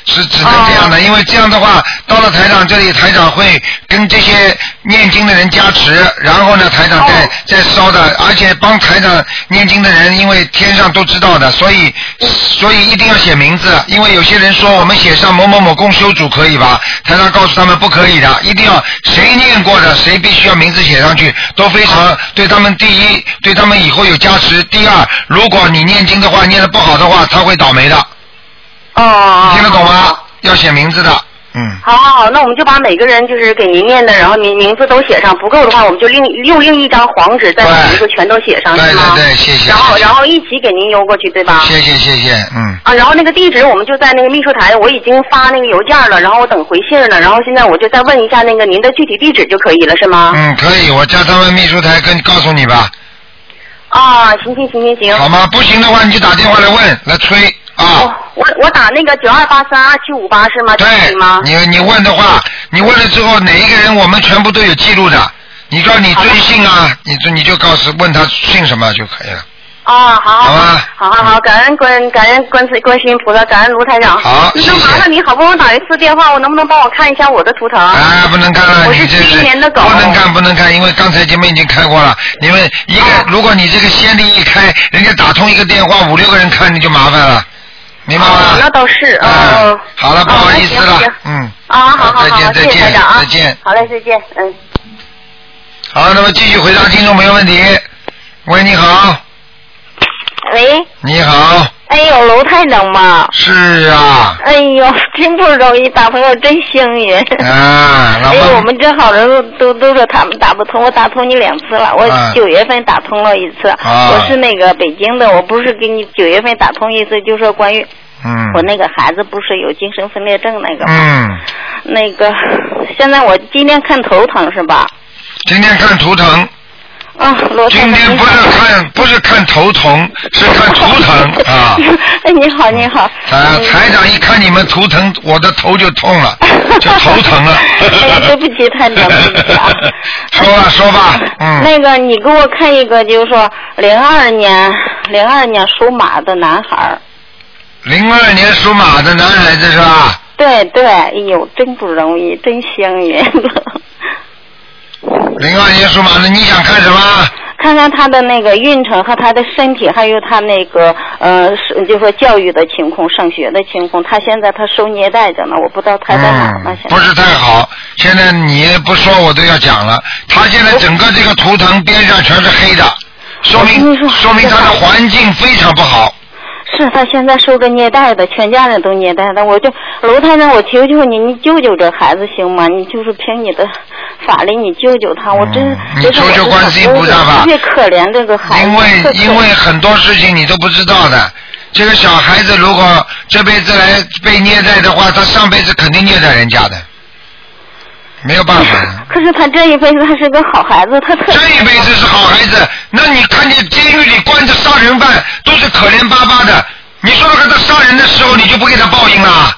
Speaker 1: 是只能这样的，因为这样的话，到了台长这里，台长会跟这些念经的人加持，然后呢，台长再、
Speaker 5: 哦
Speaker 1: 再烧的，而且帮台长念经的人，因为天上都知道的，所以所以一定要写名字，因为有些人说我们写上某某某共修主可以吧？台长告诉他们不可以的，一定要谁念过的，谁必须要名字写上去，都非常对他们第一，对他们以后有加持；第二，如果你念经的话，念的不好的话，他会倒霉的。
Speaker 5: 哦，
Speaker 1: 听得懂吗？要写名字的，嗯，
Speaker 5: 好好好，那我们就把每个人就是给您念的，然后名名字都写上，不够的话，我们就另用另一张黄纸再把
Speaker 1: 对
Speaker 5: 名字全都写
Speaker 1: 对
Speaker 5: 上，是吗？
Speaker 1: 对对，谢谢，
Speaker 5: 然后
Speaker 1: 谢谢
Speaker 5: 然后啊一起给您邮过去，对吧？
Speaker 1: 谢谢谢谢，嗯，
Speaker 5: 啊，然后那个地址我们就在那个秘书台，我已经发那个邮件了，然后我等回信呢，然后现在我就再问一下那个您的具体地址就可以了，是吗？
Speaker 1: 嗯，可以，我叫他们秘书台跟告诉你吧，
Speaker 5: 啊，行行行行行。
Speaker 1: 好吗？不行的话你就打电话来问，来催
Speaker 5: 我
Speaker 1: 啊。
Speaker 5: 我我打那个九二八三二七五八是吗？这哦可
Speaker 1: 对
Speaker 5: 以吗，？
Speaker 1: 你你问的话，你问了之后哪一个人我们全部都有记录的，你告你尊姓啊，你就你就告诉问他姓什么就可以了。
Speaker 5: 啊，好
Speaker 1: 好
Speaker 5: 好
Speaker 1: 吧
Speaker 5: 好好好，感恩观感恩观世观世音菩萨，感恩卢台长。
Speaker 1: 嗯好
Speaker 5: 医
Speaker 1: 谢
Speaker 5: 生，
Speaker 1: 谢
Speaker 5: 麻烦你好不容易打一次电话，我能不能帮我看一下我的图腾？
Speaker 1: 啊，不能看了，
Speaker 5: 我
Speaker 1: 你
Speaker 5: 是
Speaker 1: 这是
Speaker 5: 71年的狗
Speaker 1: 不能看，不能看，因为刚才节目已经开过了。因为一个，
Speaker 5: 哦
Speaker 1: 如果你这个先例一开，人家打通一个电话，五六个人看你就麻烦了，明白
Speaker 5: 啊
Speaker 1: 吗？
Speaker 5: 那倒是，嗯、
Speaker 1: 啊
Speaker 5: 嗯，
Speaker 1: 好了，不好意思
Speaker 5: 啊
Speaker 1: 了
Speaker 5: 行行，
Speaker 1: 嗯，
Speaker 5: 啊，好好好，
Speaker 1: 再见，再
Speaker 5: 谢谢台
Speaker 1: 见
Speaker 5: 长，啊，
Speaker 1: 再见。
Speaker 5: 好嘞，再见，嗯。
Speaker 1: 好，那么继续回答听众朋友问题。喂，你好，
Speaker 6: 喂，
Speaker 1: 你好，
Speaker 6: 哎呦，楼太冷吗？
Speaker 1: 是啊，
Speaker 6: 哎呦， 真不容易，打朋友真幸运。
Speaker 1: 啊，老
Speaker 6: 哎呦，我
Speaker 1: 孟，
Speaker 6: 们这好人都都说他们打不通，我打通你两次了。我
Speaker 1: 啊
Speaker 6: 九月份打通了一次，
Speaker 1: 啊
Speaker 6: 我是那个北京的，我不是给你九月份打通一次，就说关于
Speaker 1: 嗯，
Speaker 6: 我那个孩子不是有精神分裂症那个吗？
Speaker 1: 嗯，
Speaker 6: 那个现在我今天看头疼是吧？
Speaker 1: 今天看图腾，
Speaker 6: 啊，罗太
Speaker 1: 今天不是看不是看头疼，是看图 腾啊。
Speaker 6: 哎， 你好，你好。
Speaker 1: 啊，
Speaker 6: 嗯
Speaker 1: 台长一看你们图腾，我的头就痛 了，就头疼了。
Speaker 6: 哎呀对不起台长对不起啊
Speaker 1: 说吧说吧，嗯，
Speaker 6: 那个，你给我看一个，就是说零二年，零二年属马的男孩儿。
Speaker 1: 零二年属马的男孩子是吧？
Speaker 6: 对对，哎呦，真不容易，真幸运。
Speaker 1: 零二年属马的，你想看什么？
Speaker 6: 看看他的那个运程和他的身体，还有他那个呃，是就说教育的情况、上学的情况。他现在他收虐待着呢，我不知道他在哪儿呢。
Speaker 1: 嗯，
Speaker 6: 现在
Speaker 1: 不是太好。现在你不说我都要讲了，他现在整个这个图腾边上全是黑的，说
Speaker 6: 我
Speaker 1: 明
Speaker 6: 跟你说
Speaker 1: 说明他的环境非常不好。
Speaker 6: 是他现在受着虐待的，全家人都虐待的。我就楼太太，我求求你，你救救这孩子行吗？你就是凭你的法力，你救救他。我真，
Speaker 1: 嗯你
Speaker 6: 这是我
Speaker 1: 求求
Speaker 6: 的
Speaker 1: 观世音菩萨吧
Speaker 6: 特别可怜这个孩子，
Speaker 1: 因
Speaker 6: 特
Speaker 1: 为
Speaker 6: 可
Speaker 1: 因为很多事情你都不知道的。这个小孩子如果这辈子来被虐待的话，他上辈子肯定虐待人家的，没有办 法。
Speaker 6: 可是他这一辈子他是个好孩子，他特
Speaker 1: 这一辈子是好孩子，那你看见监狱里关着杀人犯都是可怜巴巴的，你说他杀人的时候，你就不给他报应了？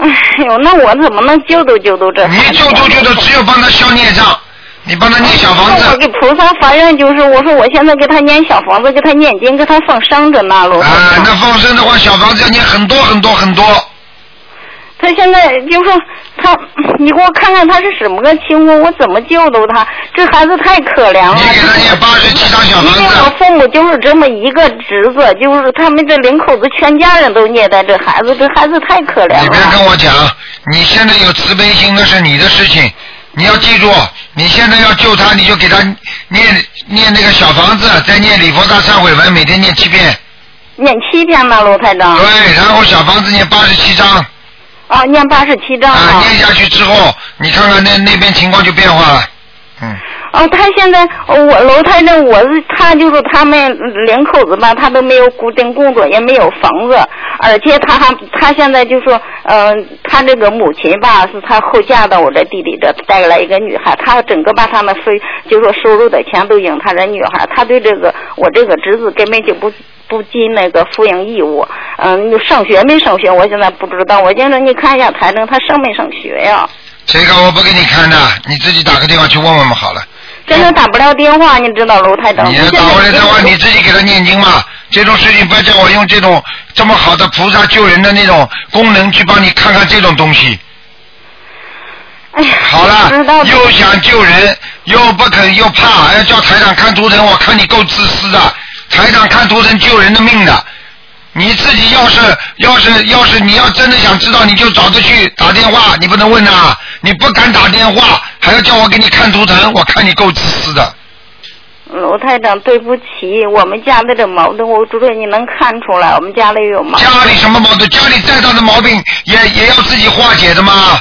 Speaker 6: 哎呦，那我怎么能救都救都这孩
Speaker 1: 你
Speaker 6: 子？嗯
Speaker 1: 救助救助，只有帮他消孽障，你帮他念小房
Speaker 6: 那我
Speaker 1: 子
Speaker 6: 给菩萨发愿，就是我说我现在给他念小房子，给他念经，给他放生着呢，楼
Speaker 1: 啊
Speaker 6: 太太。，
Speaker 1: 那放生的话，小房子要念很多很多很多。
Speaker 6: 他他现在就说他，你给我看看他是什么个情况，我怎么救度他？这孩子太可怜了。
Speaker 1: 你给他念八十七张小
Speaker 6: 因
Speaker 1: 房
Speaker 6: 为
Speaker 1: 子
Speaker 6: 我，父母就是这么一个侄子，就是他们这两口子全家人都虐待这孩子，这孩子太可怜
Speaker 1: 你别
Speaker 6: 了。
Speaker 1: 跟我讲，你现在有慈悲心那是你的事情，你要记住，你现在要救他，你就给他念念那个小房子，再念礼佛大忏悔文，每天念七遍，
Speaker 6: 念七遍吧，卢台长。
Speaker 1: 对，然后小房子念八十七章，
Speaker 6: 啊，念八十七章
Speaker 1: 啊，念下去之后，你看看那那边情况就变化了，嗯，
Speaker 6: 哦，他现在哦我楼台那我是他就是他们两口子吧，他都没有固定工作，也没有房子，而且他还他现在就说，嗯、他这个母亲吧，是他后嫁到我这弟弟这带来一个女孩，他整个把他们分就说收入的钱都用他这女孩，他对这个我这个侄子根本就不不尽那个抚养义务，嗯，你上学没上学，我现在不知道，我现在你看一下台长他上没上学呀、
Speaker 1: 这个我不给你看的，你自己打个电话去问问嘛好了。
Speaker 6: 真的打不了电话，你知道楼台长。
Speaker 1: 你要
Speaker 6: 现在
Speaker 1: 打过来
Speaker 6: 已
Speaker 1: 的
Speaker 6: 经
Speaker 1: 话，你自己给他念经嘛。这种事情不要叫我用这种这么好的菩萨救人的那种功能去帮你看看这种东西。
Speaker 6: 哎呀，
Speaker 1: 好
Speaker 6: 不知道
Speaker 1: 了，
Speaker 6: 的
Speaker 1: 又想救人，又不肯又怕，还要叫台长看图腾，我看你够自私的。台长看图腾救人的命的，你自己要是要是要是你要真的想知道，你就找他去打电话，你不能问呐、你不敢打电话，还要叫我给你看图腾，我看你够自私的。
Speaker 6: 楼台嗯长，对不起，我们家的这矛盾，我主任你能看出来，我们家里有矛盾。
Speaker 1: 家里什么矛盾？家里再大的毛病也也要自己化解的嘛。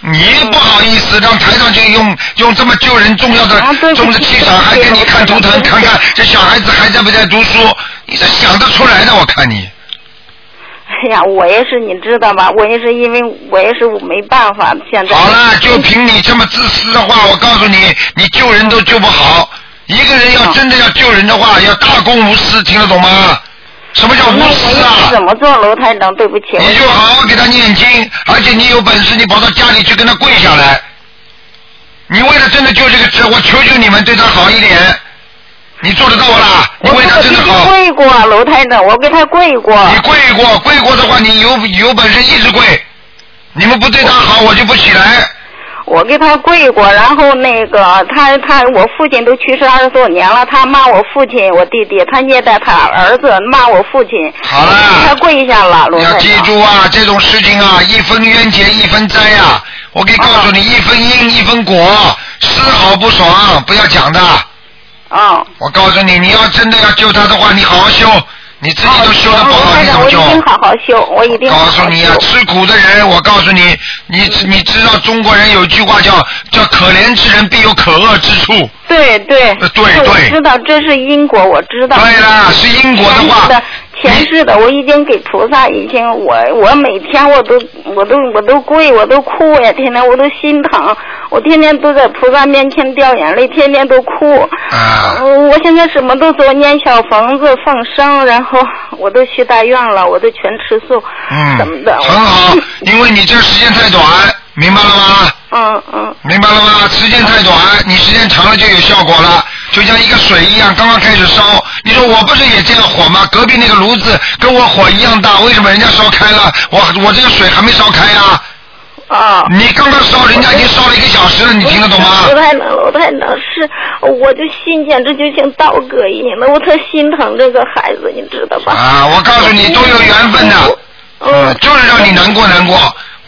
Speaker 1: 你不好意思，让台上去用用这么救人重要的
Speaker 6: 啊对不起
Speaker 1: 重的气场，还给你看图腾，
Speaker 6: 对不起
Speaker 1: 看看这小孩子还在不在读书？你这想得出来的，我看你。
Speaker 6: 哎呀，我也是，你知道吧？我也是因为我也是我没办法，现在。
Speaker 1: 好了，就凭你这么自私的话，我告诉你，你救人都救不好。一个人要
Speaker 6: 嗯
Speaker 1: 真的要救人的话，要大公无私，听得懂吗？什么叫
Speaker 6: 嗯那
Speaker 1: 无私啊？
Speaker 6: 我应该怎么做，楼台长？对不起，
Speaker 1: 你就好好给他念经，而且你有本事，你跑到家里去跟他跪下来。你为了真的救这个侄，我求求你们对他好一点。你做得到不啦？你
Speaker 6: 我
Speaker 1: 为他
Speaker 6: 我给
Speaker 1: 真的
Speaker 6: 他
Speaker 1: 好，
Speaker 6: 跪过，楼台长，我给他跪过。
Speaker 1: 你跪过，跪过的话，你有有本事一直跪。你们不对他好，
Speaker 6: 哦
Speaker 1: 我就不起来。
Speaker 6: 我给他跪过，然后那个他他我父亲都去世二十多年了，他骂我父亲，我弟弟，他虐待他儿子，骂我父亲，
Speaker 1: 好了
Speaker 6: 他跪下了，罗
Speaker 1: 啊你要
Speaker 6: 太
Speaker 1: 记
Speaker 6: 太。
Speaker 1: 住啊，这种事情啊，一分冤结一分灾啊。我可以告诉
Speaker 6: 哦
Speaker 1: 你，一分因一分果，丝毫不爽，不要讲的。
Speaker 6: 嗯。
Speaker 1: 我告诉你，你要真的要救他的话，你好好修，你自己都修的不
Speaker 6: 罗
Speaker 1: 好，
Speaker 6: 太
Speaker 1: 你怎
Speaker 6: 太，
Speaker 1: 么
Speaker 6: 我一
Speaker 1: 救？
Speaker 6: 定好好修，我一定好
Speaker 1: 告
Speaker 6: 好修。
Speaker 1: 诉你啊，吃苦的人，我告诉你，你你知道中国人有句话叫叫可怜之人必有可恶之处。
Speaker 6: 对对
Speaker 1: 呃对
Speaker 6: 我
Speaker 1: 对
Speaker 6: 知道这是因果，我知道。
Speaker 1: 对啦，是因果的
Speaker 6: 前世
Speaker 1: 话，
Speaker 6: 的前世的，我已经给菩萨已经，我我每天我都我都我都跪，我都哭呀，天天我都心疼，我天天都在菩萨面前掉眼泪，天天都哭。
Speaker 1: 啊，
Speaker 6: 我我现在什么都做，念小房子、放生，然后我都去大院了，我都全吃素，什么
Speaker 1: 嗯，
Speaker 6: 的。
Speaker 1: 很好，因为你这时间太短，明白了吗？
Speaker 6: 嗯嗯，
Speaker 1: 明白了吗？时间太短，你时间长了就有效果了，就像一个水一样，刚刚开始烧。你说我不是也这样火吗？隔壁那个炉子跟我火一样大，为什么人家烧开了，我我这个水还没烧开呀、
Speaker 6: 啊。
Speaker 1: 你刚刚烧，人家已经烧了一个小时了，你听得懂吗
Speaker 6: 我？太能了，我太能是，我就心见这就像道哥一样的，我特心疼这个孩子，你知道吧？
Speaker 1: 啊，我告诉你，都有缘分的，嗯，就是让你难过难过。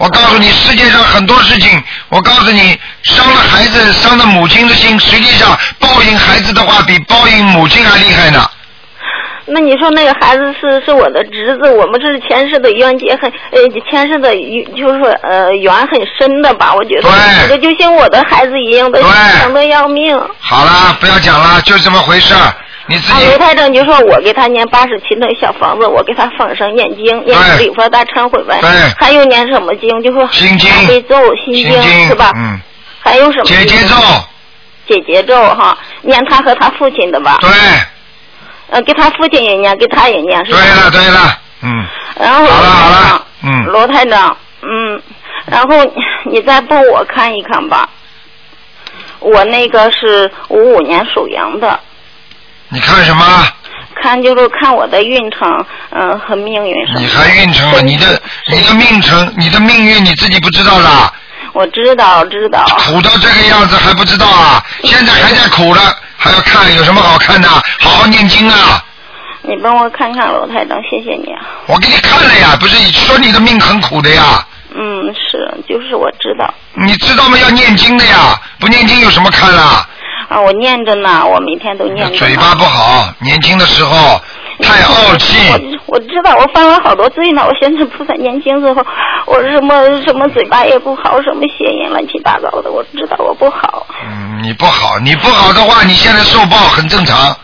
Speaker 1: 我告诉你，世界上很多事情，我告诉你，伤了孩子，伤了母亲的心，实际上报应孩子的话，比报应母亲还厉害呢。
Speaker 6: 那你说那个孩子是是我的侄子，我们这是前世的冤结很，呃，前世的就是说呃缘很深的吧？我觉得
Speaker 1: 对，
Speaker 6: 这就像我的孩子一样的，
Speaker 1: 对
Speaker 6: 心疼的要命。啊，
Speaker 1: 好啦，不要讲了，就这么回事儿，你自己
Speaker 6: 刘啊太正就说我给他念八十七那小房子，我给他放生念经，念
Speaker 1: 对
Speaker 6: 礼佛大忏悔文，
Speaker 1: 对
Speaker 6: 还有念什么经？就说
Speaker 1: 心经
Speaker 6: 大悲咒、心
Speaker 1: 心
Speaker 6: 经是吧？
Speaker 1: 嗯，
Speaker 6: 还有什么？
Speaker 1: 姐姐咒，
Speaker 6: 姐姐咒哈，念他和他父亲的吧。
Speaker 1: 对，
Speaker 6: 呃，给他父亲也念，给他也念，是吧？
Speaker 1: 对了对了，嗯，
Speaker 6: 然后
Speaker 1: 好了好
Speaker 6: 罗台
Speaker 1: 了
Speaker 6: 长，
Speaker 1: 嗯
Speaker 6: 罗台长，嗯，然后你再帮我看一看吧。我那个是五五年属羊的，
Speaker 1: 你看什么？
Speaker 6: 看就是看我的运程，嗯、和命运什么
Speaker 1: 你
Speaker 6: 的。
Speaker 1: 还运程了，你的你的命程，你的命运你自己不知道啦，
Speaker 6: 我知道，知道。
Speaker 1: 苦到这个样子还不知道啊？现在还在苦了，还要看有什么好看的？好好念经啊！
Speaker 6: 你帮我看看楼台灯，谢谢你啊。
Speaker 1: 我给你看了呀，不是说你的命很苦的呀？
Speaker 6: 嗯，是，就是我知道
Speaker 1: 你知道吗？要念经的呀，不念经有什么看啦？
Speaker 6: 啊，我念着呢，我每天都念着呢。
Speaker 1: 嘴巴不好，年轻的时候太傲气。
Speaker 6: 我我知道，我犯了好多罪呢。我现在不在年轻时候，我什么什么嘴巴也不好，什么谐音乱七八糟的，我知道我不好。
Speaker 1: 嗯，你不好，你不好的话，你现在受报很正常。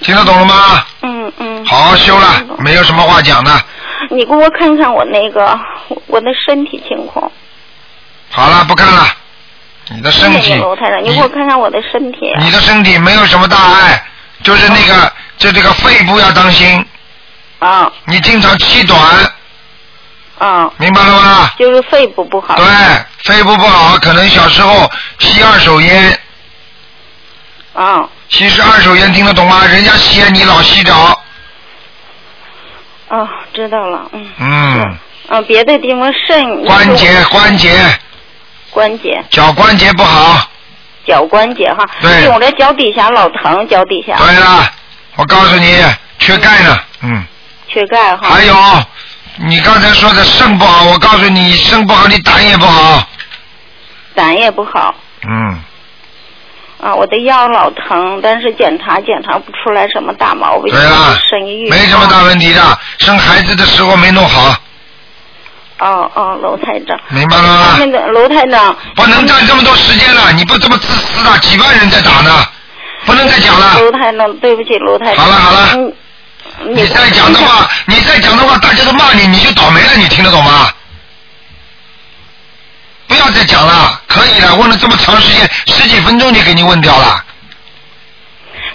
Speaker 1: 听得懂了吗？
Speaker 6: 嗯嗯。
Speaker 1: 好好修了，没有什么话讲的。
Speaker 6: 你给我看看我那个我我的身体情况。
Speaker 1: 好了，不看了。你的身体
Speaker 6: 谢谢哎你，罗台长，你
Speaker 1: 你
Speaker 6: 给我看看我的身体。
Speaker 1: 你的身体没有什么大碍，就是那个，就这个肺部要当心。
Speaker 6: 啊
Speaker 1: 你经常气短，
Speaker 6: 啊，
Speaker 1: 明白了吗？
Speaker 6: 就是肺部不好。
Speaker 1: 对，肺部不好，可能小时候吸二手烟，
Speaker 6: 啊
Speaker 1: 吸是二手烟，听得懂吗？人家吸烟你老吸着，
Speaker 6: 啊，知道了，嗯。
Speaker 1: 嗯，
Speaker 6: 嗯、别的地方肾
Speaker 1: 关节关节
Speaker 6: 关节
Speaker 1: 脚关节不好。
Speaker 6: 脚关节哈，
Speaker 1: 对
Speaker 6: 肿着脚底下老疼，脚底下
Speaker 1: 对了，我告诉你，缺钙呢，嗯，
Speaker 6: 缺钙哈。
Speaker 1: 还有你刚才说的肾不好，我告诉你，肾不好你胆也不好，
Speaker 6: 胆也不好
Speaker 1: 嗯，
Speaker 6: 啊，我的腰老疼，但是检查检查不出来什么大毛病，
Speaker 1: 对了
Speaker 6: 生育，
Speaker 1: 没什么大问题的，生孩子的时候没弄好，
Speaker 6: 哦哦，楼台长，
Speaker 1: 明白了
Speaker 6: 他
Speaker 1: 吗？
Speaker 6: 们的楼台长
Speaker 1: 不能占这么多时间了，你不这么自私的，几万人在打呢，不能再讲了。
Speaker 6: 楼台长，对不起，楼台长。
Speaker 1: 好了好了
Speaker 6: 嗯，
Speaker 1: 你再讲的话，你再讲的话，大家都骂你，你就倒霉了，你听得懂吗？不要再讲了，可以了，问了这么长时间，十几分钟就给你问掉了。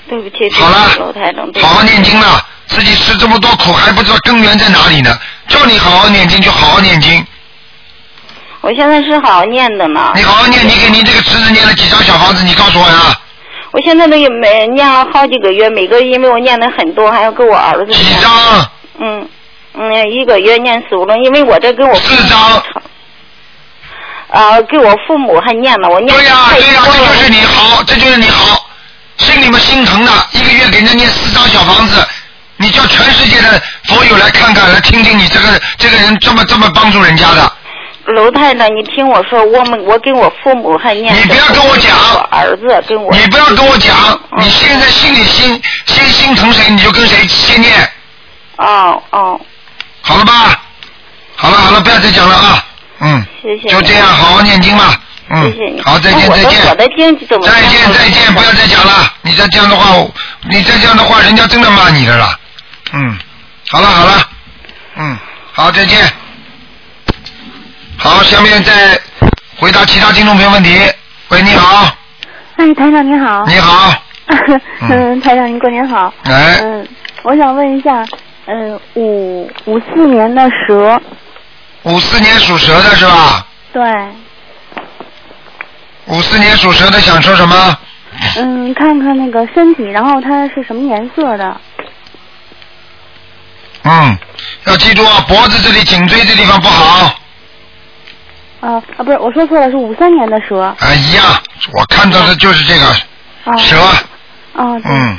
Speaker 6: 对不起，对不起
Speaker 1: 好了
Speaker 6: 楼台长，对不
Speaker 1: 好
Speaker 6: 起
Speaker 1: 好念经了，自己吃这么多苦还不知道根源在哪里呢。叫你好好念经就好好念经，
Speaker 6: 我现在是好好念的呢，
Speaker 1: 你好好念，你给你这个侄子念了几张小房子，你告诉我呀，
Speaker 6: 我现在都也没念了好几个月，每个月因为我念的很多，还要给我儿子
Speaker 1: 几
Speaker 6: 念
Speaker 1: 张？
Speaker 6: 嗯，嗯，一个月念四五张，因为我这跟我父母
Speaker 1: 四张
Speaker 6: 呃，给我父母还念哎了，我念
Speaker 1: 对呀、
Speaker 6: 太
Speaker 1: 对呀、
Speaker 6: 多
Speaker 1: 这
Speaker 6: 了
Speaker 1: 就是你好，这就是你好，心里面心疼的，一个月给人家念四张小房子，你叫全世界的佛友来看看，来听听你这个这个人这么这么帮助人家的，
Speaker 6: 楼太太，你听我说，我们我给我父母还念，
Speaker 1: 你不要跟我讲
Speaker 6: 我儿子跟我，
Speaker 1: 你不要跟我讲，
Speaker 6: 嗯
Speaker 1: 你现在心里心先心疼谁，你就跟谁先念，
Speaker 6: 哦哦，
Speaker 1: 好了吧？好了好了，不要再讲了啊，嗯，
Speaker 6: 谢谢，
Speaker 1: 就这样，好好念经吧，嗯
Speaker 6: 谢谢你，，
Speaker 1: 好，再见
Speaker 6: 那
Speaker 1: 再见。
Speaker 6: 我的我的经济怎么样
Speaker 1: 再见再见，不要再讲了。你再这样的话，我你再这样的话，人家真的骂你的了。嗯，好了好了，嗯，好再见。好，下面再回答其他听众朋友问题。喂，你好，
Speaker 7: 哎，台长您好。
Speaker 1: 你好，嗯
Speaker 7: 嗯，台长您过年好。
Speaker 1: 哎，
Speaker 7: 嗯，我想问一下，嗯，五五四年的蛇，
Speaker 1: 五四年属蛇的是吧？
Speaker 7: 对，
Speaker 1: 哎五四年属蛇的想说什么？
Speaker 7: 嗯，看看那个身体，然后它是什么颜色的？
Speaker 1: 嗯，要记住啊，脖子这里、颈椎这地方不好，
Speaker 7: 啊啊，不是，我说错了，是五三年的蛇。啊
Speaker 1: 啊，一样，我看到的就是这个蛇，
Speaker 7: 啊，对
Speaker 1: 嗯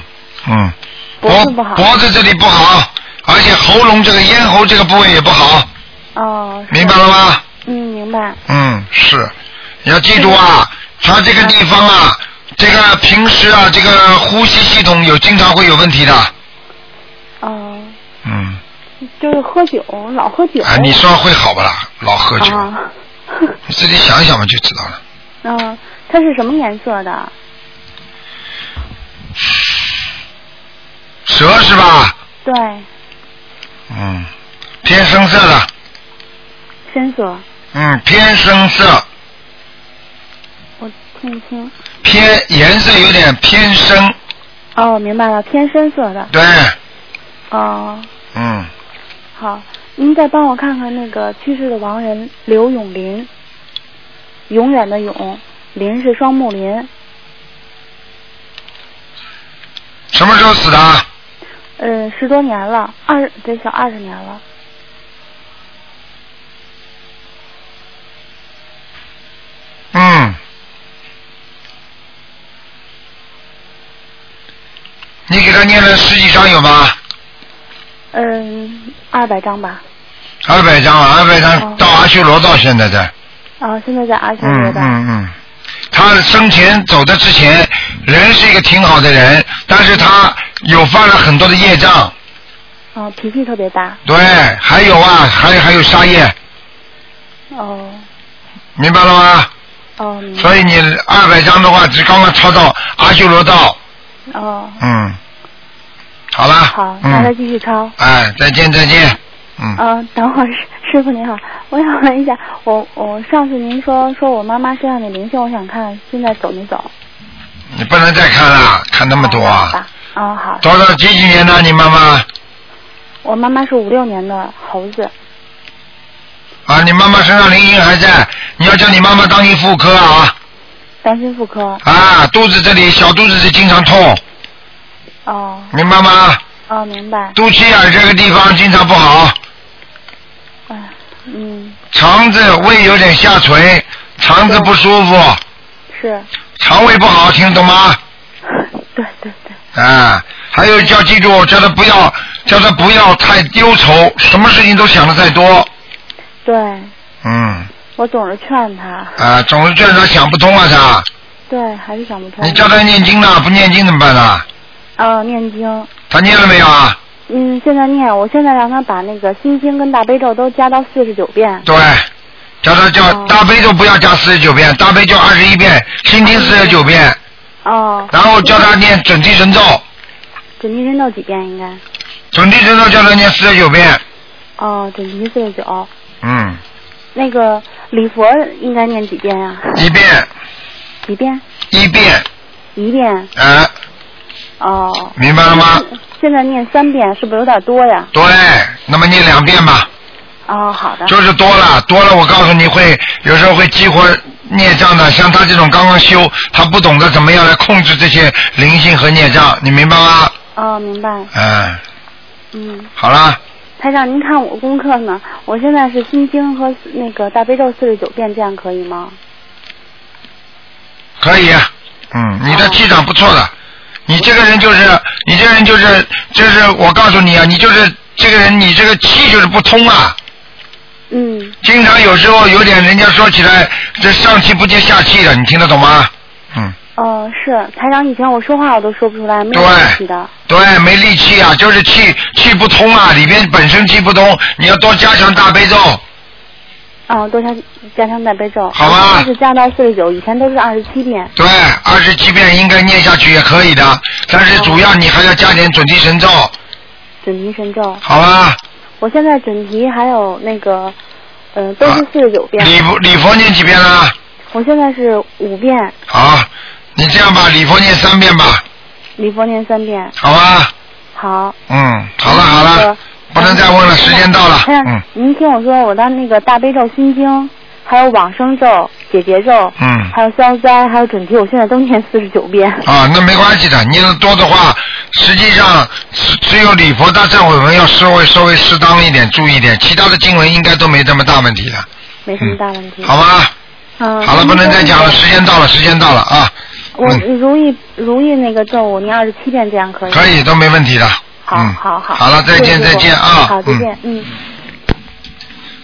Speaker 1: 嗯。
Speaker 7: 脖子不好。
Speaker 1: 脖子这里不好，而且喉咙这个咽喉这个部位也不好，
Speaker 7: 哦，是
Speaker 1: 明白了吗？
Speaker 7: 嗯，明白。
Speaker 1: 嗯，是，你要记住啊，他这个地方啊，这个平时啊，这个呼吸系统有经常会有问题的，
Speaker 7: 哦，
Speaker 1: 嗯，
Speaker 7: 就是喝酒，老喝酒。
Speaker 1: 啊，你说会好不啦？老喝酒，
Speaker 7: 啊，
Speaker 1: 你自己想想嘛就知道了。
Speaker 7: 嗯，它是什么颜色的？
Speaker 1: 蛇是吧？
Speaker 7: 对，
Speaker 1: 嗯，偏深色的，
Speaker 7: 深色，
Speaker 1: 嗯，偏深色，
Speaker 7: 我听不清。
Speaker 1: 偏颜色有点偏深，
Speaker 7: 哦，明白了，偏深色的。
Speaker 1: 对，
Speaker 7: 哦，
Speaker 1: 嗯，
Speaker 7: 好，您再帮我看看那个去世的亡人刘永林，永远的永，林是双木林，
Speaker 1: 什么时候死的？
Speaker 7: 嗯，十多年了，二得小二十年了。
Speaker 1: 嗯。你给他念了十几张有吗？
Speaker 7: 嗯，二百张吧。
Speaker 1: 二百张啊，二百张到阿修罗道现在在。
Speaker 7: 啊，现在在阿修罗
Speaker 1: 嗯
Speaker 7: 道。
Speaker 1: 嗯嗯，他生前走的之前，人是一个挺好的人，但是他有犯了很多的业障，
Speaker 7: 啊，脾气特别大。
Speaker 1: 对，还有啊，还有还有杀业，
Speaker 7: 哦
Speaker 1: 明白了吗？
Speaker 7: 哦明白
Speaker 1: 所以你二百张的话，只刚刚超到阿修罗道，
Speaker 7: 哦，
Speaker 1: 嗯，好了，
Speaker 7: 好，那再
Speaker 1: 嗯，
Speaker 7: 继续抄。
Speaker 1: 哎，再见再见，嗯，
Speaker 7: 呃，等会儿 师师傅您好，我想问一下，我我上次您说说我妈妈身上的灵性，我想看现在走没走？
Speaker 1: 你不能再看了，看那么多
Speaker 7: 好
Speaker 1: 啊，
Speaker 7: 吧，嗯好，
Speaker 1: 多少几几年的你妈妈
Speaker 7: 我妈妈是五六年的猴子，
Speaker 1: 啊？你妈妈身上灵性还在，你要叫你妈妈当心妇科啊
Speaker 7: 担心妇科。
Speaker 1: 啊，肚子这里小肚子是经常痛，
Speaker 7: 哦
Speaker 1: 明白吗？
Speaker 7: 哦，明白。
Speaker 1: 肚脐眼这个地方经常不好，
Speaker 7: 哎，嗯，
Speaker 1: 肠子胃有点下垂，肠子不舒服，
Speaker 7: 是，
Speaker 1: 肠胃不好，听得懂吗？
Speaker 7: 对对对，
Speaker 1: 啊，还有叫记住，叫他不要，叫他不要太忧愁，什么事情都想的太多。
Speaker 7: 对
Speaker 1: 嗯，
Speaker 7: 我总是劝她，
Speaker 1: 啊，总是叫他想不通啊，他。
Speaker 7: 对，还是想不通。
Speaker 1: 你叫他念经呢，不念经怎么办呢？
Speaker 7: 呃念经，
Speaker 1: 他念了没有啊？
Speaker 7: 嗯，现在念，我现在让她把那个心经跟大悲咒都加到四十九遍。
Speaker 1: 对，叫他叫
Speaker 7: 哦
Speaker 1: 大悲咒不要加四十九遍，大悲咒二十一遍，心经四十九遍，
Speaker 7: 哦，
Speaker 1: 然后叫他念准提神咒，
Speaker 7: 准提神咒几遍应该？
Speaker 1: 准提神咒叫他念四十九遍。
Speaker 7: 哦，准提四十九。
Speaker 1: 嗯，
Speaker 7: 那个礼佛应该念几遍呀、
Speaker 1: 一遍
Speaker 7: 几遍？
Speaker 1: 一遍，
Speaker 7: 一遍
Speaker 1: 啊，
Speaker 7: 哦。
Speaker 1: 明白了吗？
Speaker 7: 现在念三遍是不是有点多呀？
Speaker 1: 对，那么念两遍吧。
Speaker 7: 哦，好的。
Speaker 1: 就是多了，多了，我告诉你会有时候会激活孽障的。像他这种刚刚修，他不懂得怎么样来控制这些灵性和孽障，你明白吗？
Speaker 7: 哦，明白。
Speaker 1: 嗯，
Speaker 7: 嗯，
Speaker 1: 好了，
Speaker 7: 台长，您看我功课呢？我现在是心经和那个大悲咒四十九遍，这样可以吗？
Speaker 1: 可以。嗯，你的气场不错的，你这个人就是，你这个人就是，就是我告诉你啊，你就是这个人，你这个气就是不通啊。
Speaker 7: 嗯，
Speaker 1: 经常有时候有点，人家说起来这上气不接下气的，你听得懂吗？嗯，
Speaker 7: 哦，是台长，以前我说话我都说不出来，没有
Speaker 1: 对
Speaker 7: 问题的。
Speaker 1: 对，没力气啊，就是气气不通啊，里边本身气不通，你要多加强大悲咒。
Speaker 7: 哦，多加加上大悲咒。
Speaker 1: 好吧
Speaker 7: 现在是加到四十九，以前都是二十七遍。
Speaker 1: 对，二十七遍应该念下去也可以的，但是主要你还要加点准提神咒，
Speaker 7: 准提神咒，
Speaker 1: 好吧？
Speaker 7: 我现在准提还有那个，呃，都是
Speaker 1: 啊
Speaker 7: 四十九遍。
Speaker 1: 礼佛礼佛念几遍啦？
Speaker 7: 我现在是五遍，
Speaker 1: 好，你这样吧，礼佛念三遍吧，
Speaker 7: 礼佛念三遍。
Speaker 1: 好吧？
Speaker 7: 好，
Speaker 1: 嗯，好了好
Speaker 7: 那
Speaker 1: 了
Speaker 7: 个，
Speaker 1: 不能再问了，时间到了，
Speaker 7: 哎呀
Speaker 1: 嗯
Speaker 7: 您听我说，我的那个大悲咒、心经，还有往生咒、解结咒，
Speaker 1: 嗯，
Speaker 7: 还有消灾，还有准提，我现在都念四十九遍。
Speaker 1: 啊，那没关系的，念的多的话，实际上只只有礼佛大忏悔文要稍微稍微适当一点，注意一点，其他的经文应该都没这么大问题的，
Speaker 7: 没什么大问题。
Speaker 1: 好吗？
Speaker 7: 嗯，
Speaker 1: 好了，不能再讲了，时间到了，时间到了啊，
Speaker 7: 我
Speaker 1: 嗯
Speaker 7: 如意如意那个咒，我念二十七遍，这样可以吗？
Speaker 1: 可以都没问题的。
Speaker 7: 嗯好
Speaker 1: 嗯
Speaker 7: 好好。
Speaker 1: 好了，再见
Speaker 7: 谢谢
Speaker 1: 再见啊，
Speaker 7: 好，再
Speaker 1: 嗯
Speaker 7: 见，嗯。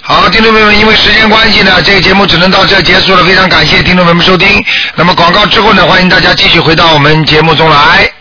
Speaker 1: 好，听众朋友们，因为时间关系呢，这个节目只能到这儿结束了。非常感谢听众朋友们收听。那么广告之后呢，欢迎大家继续回到我们节目中来。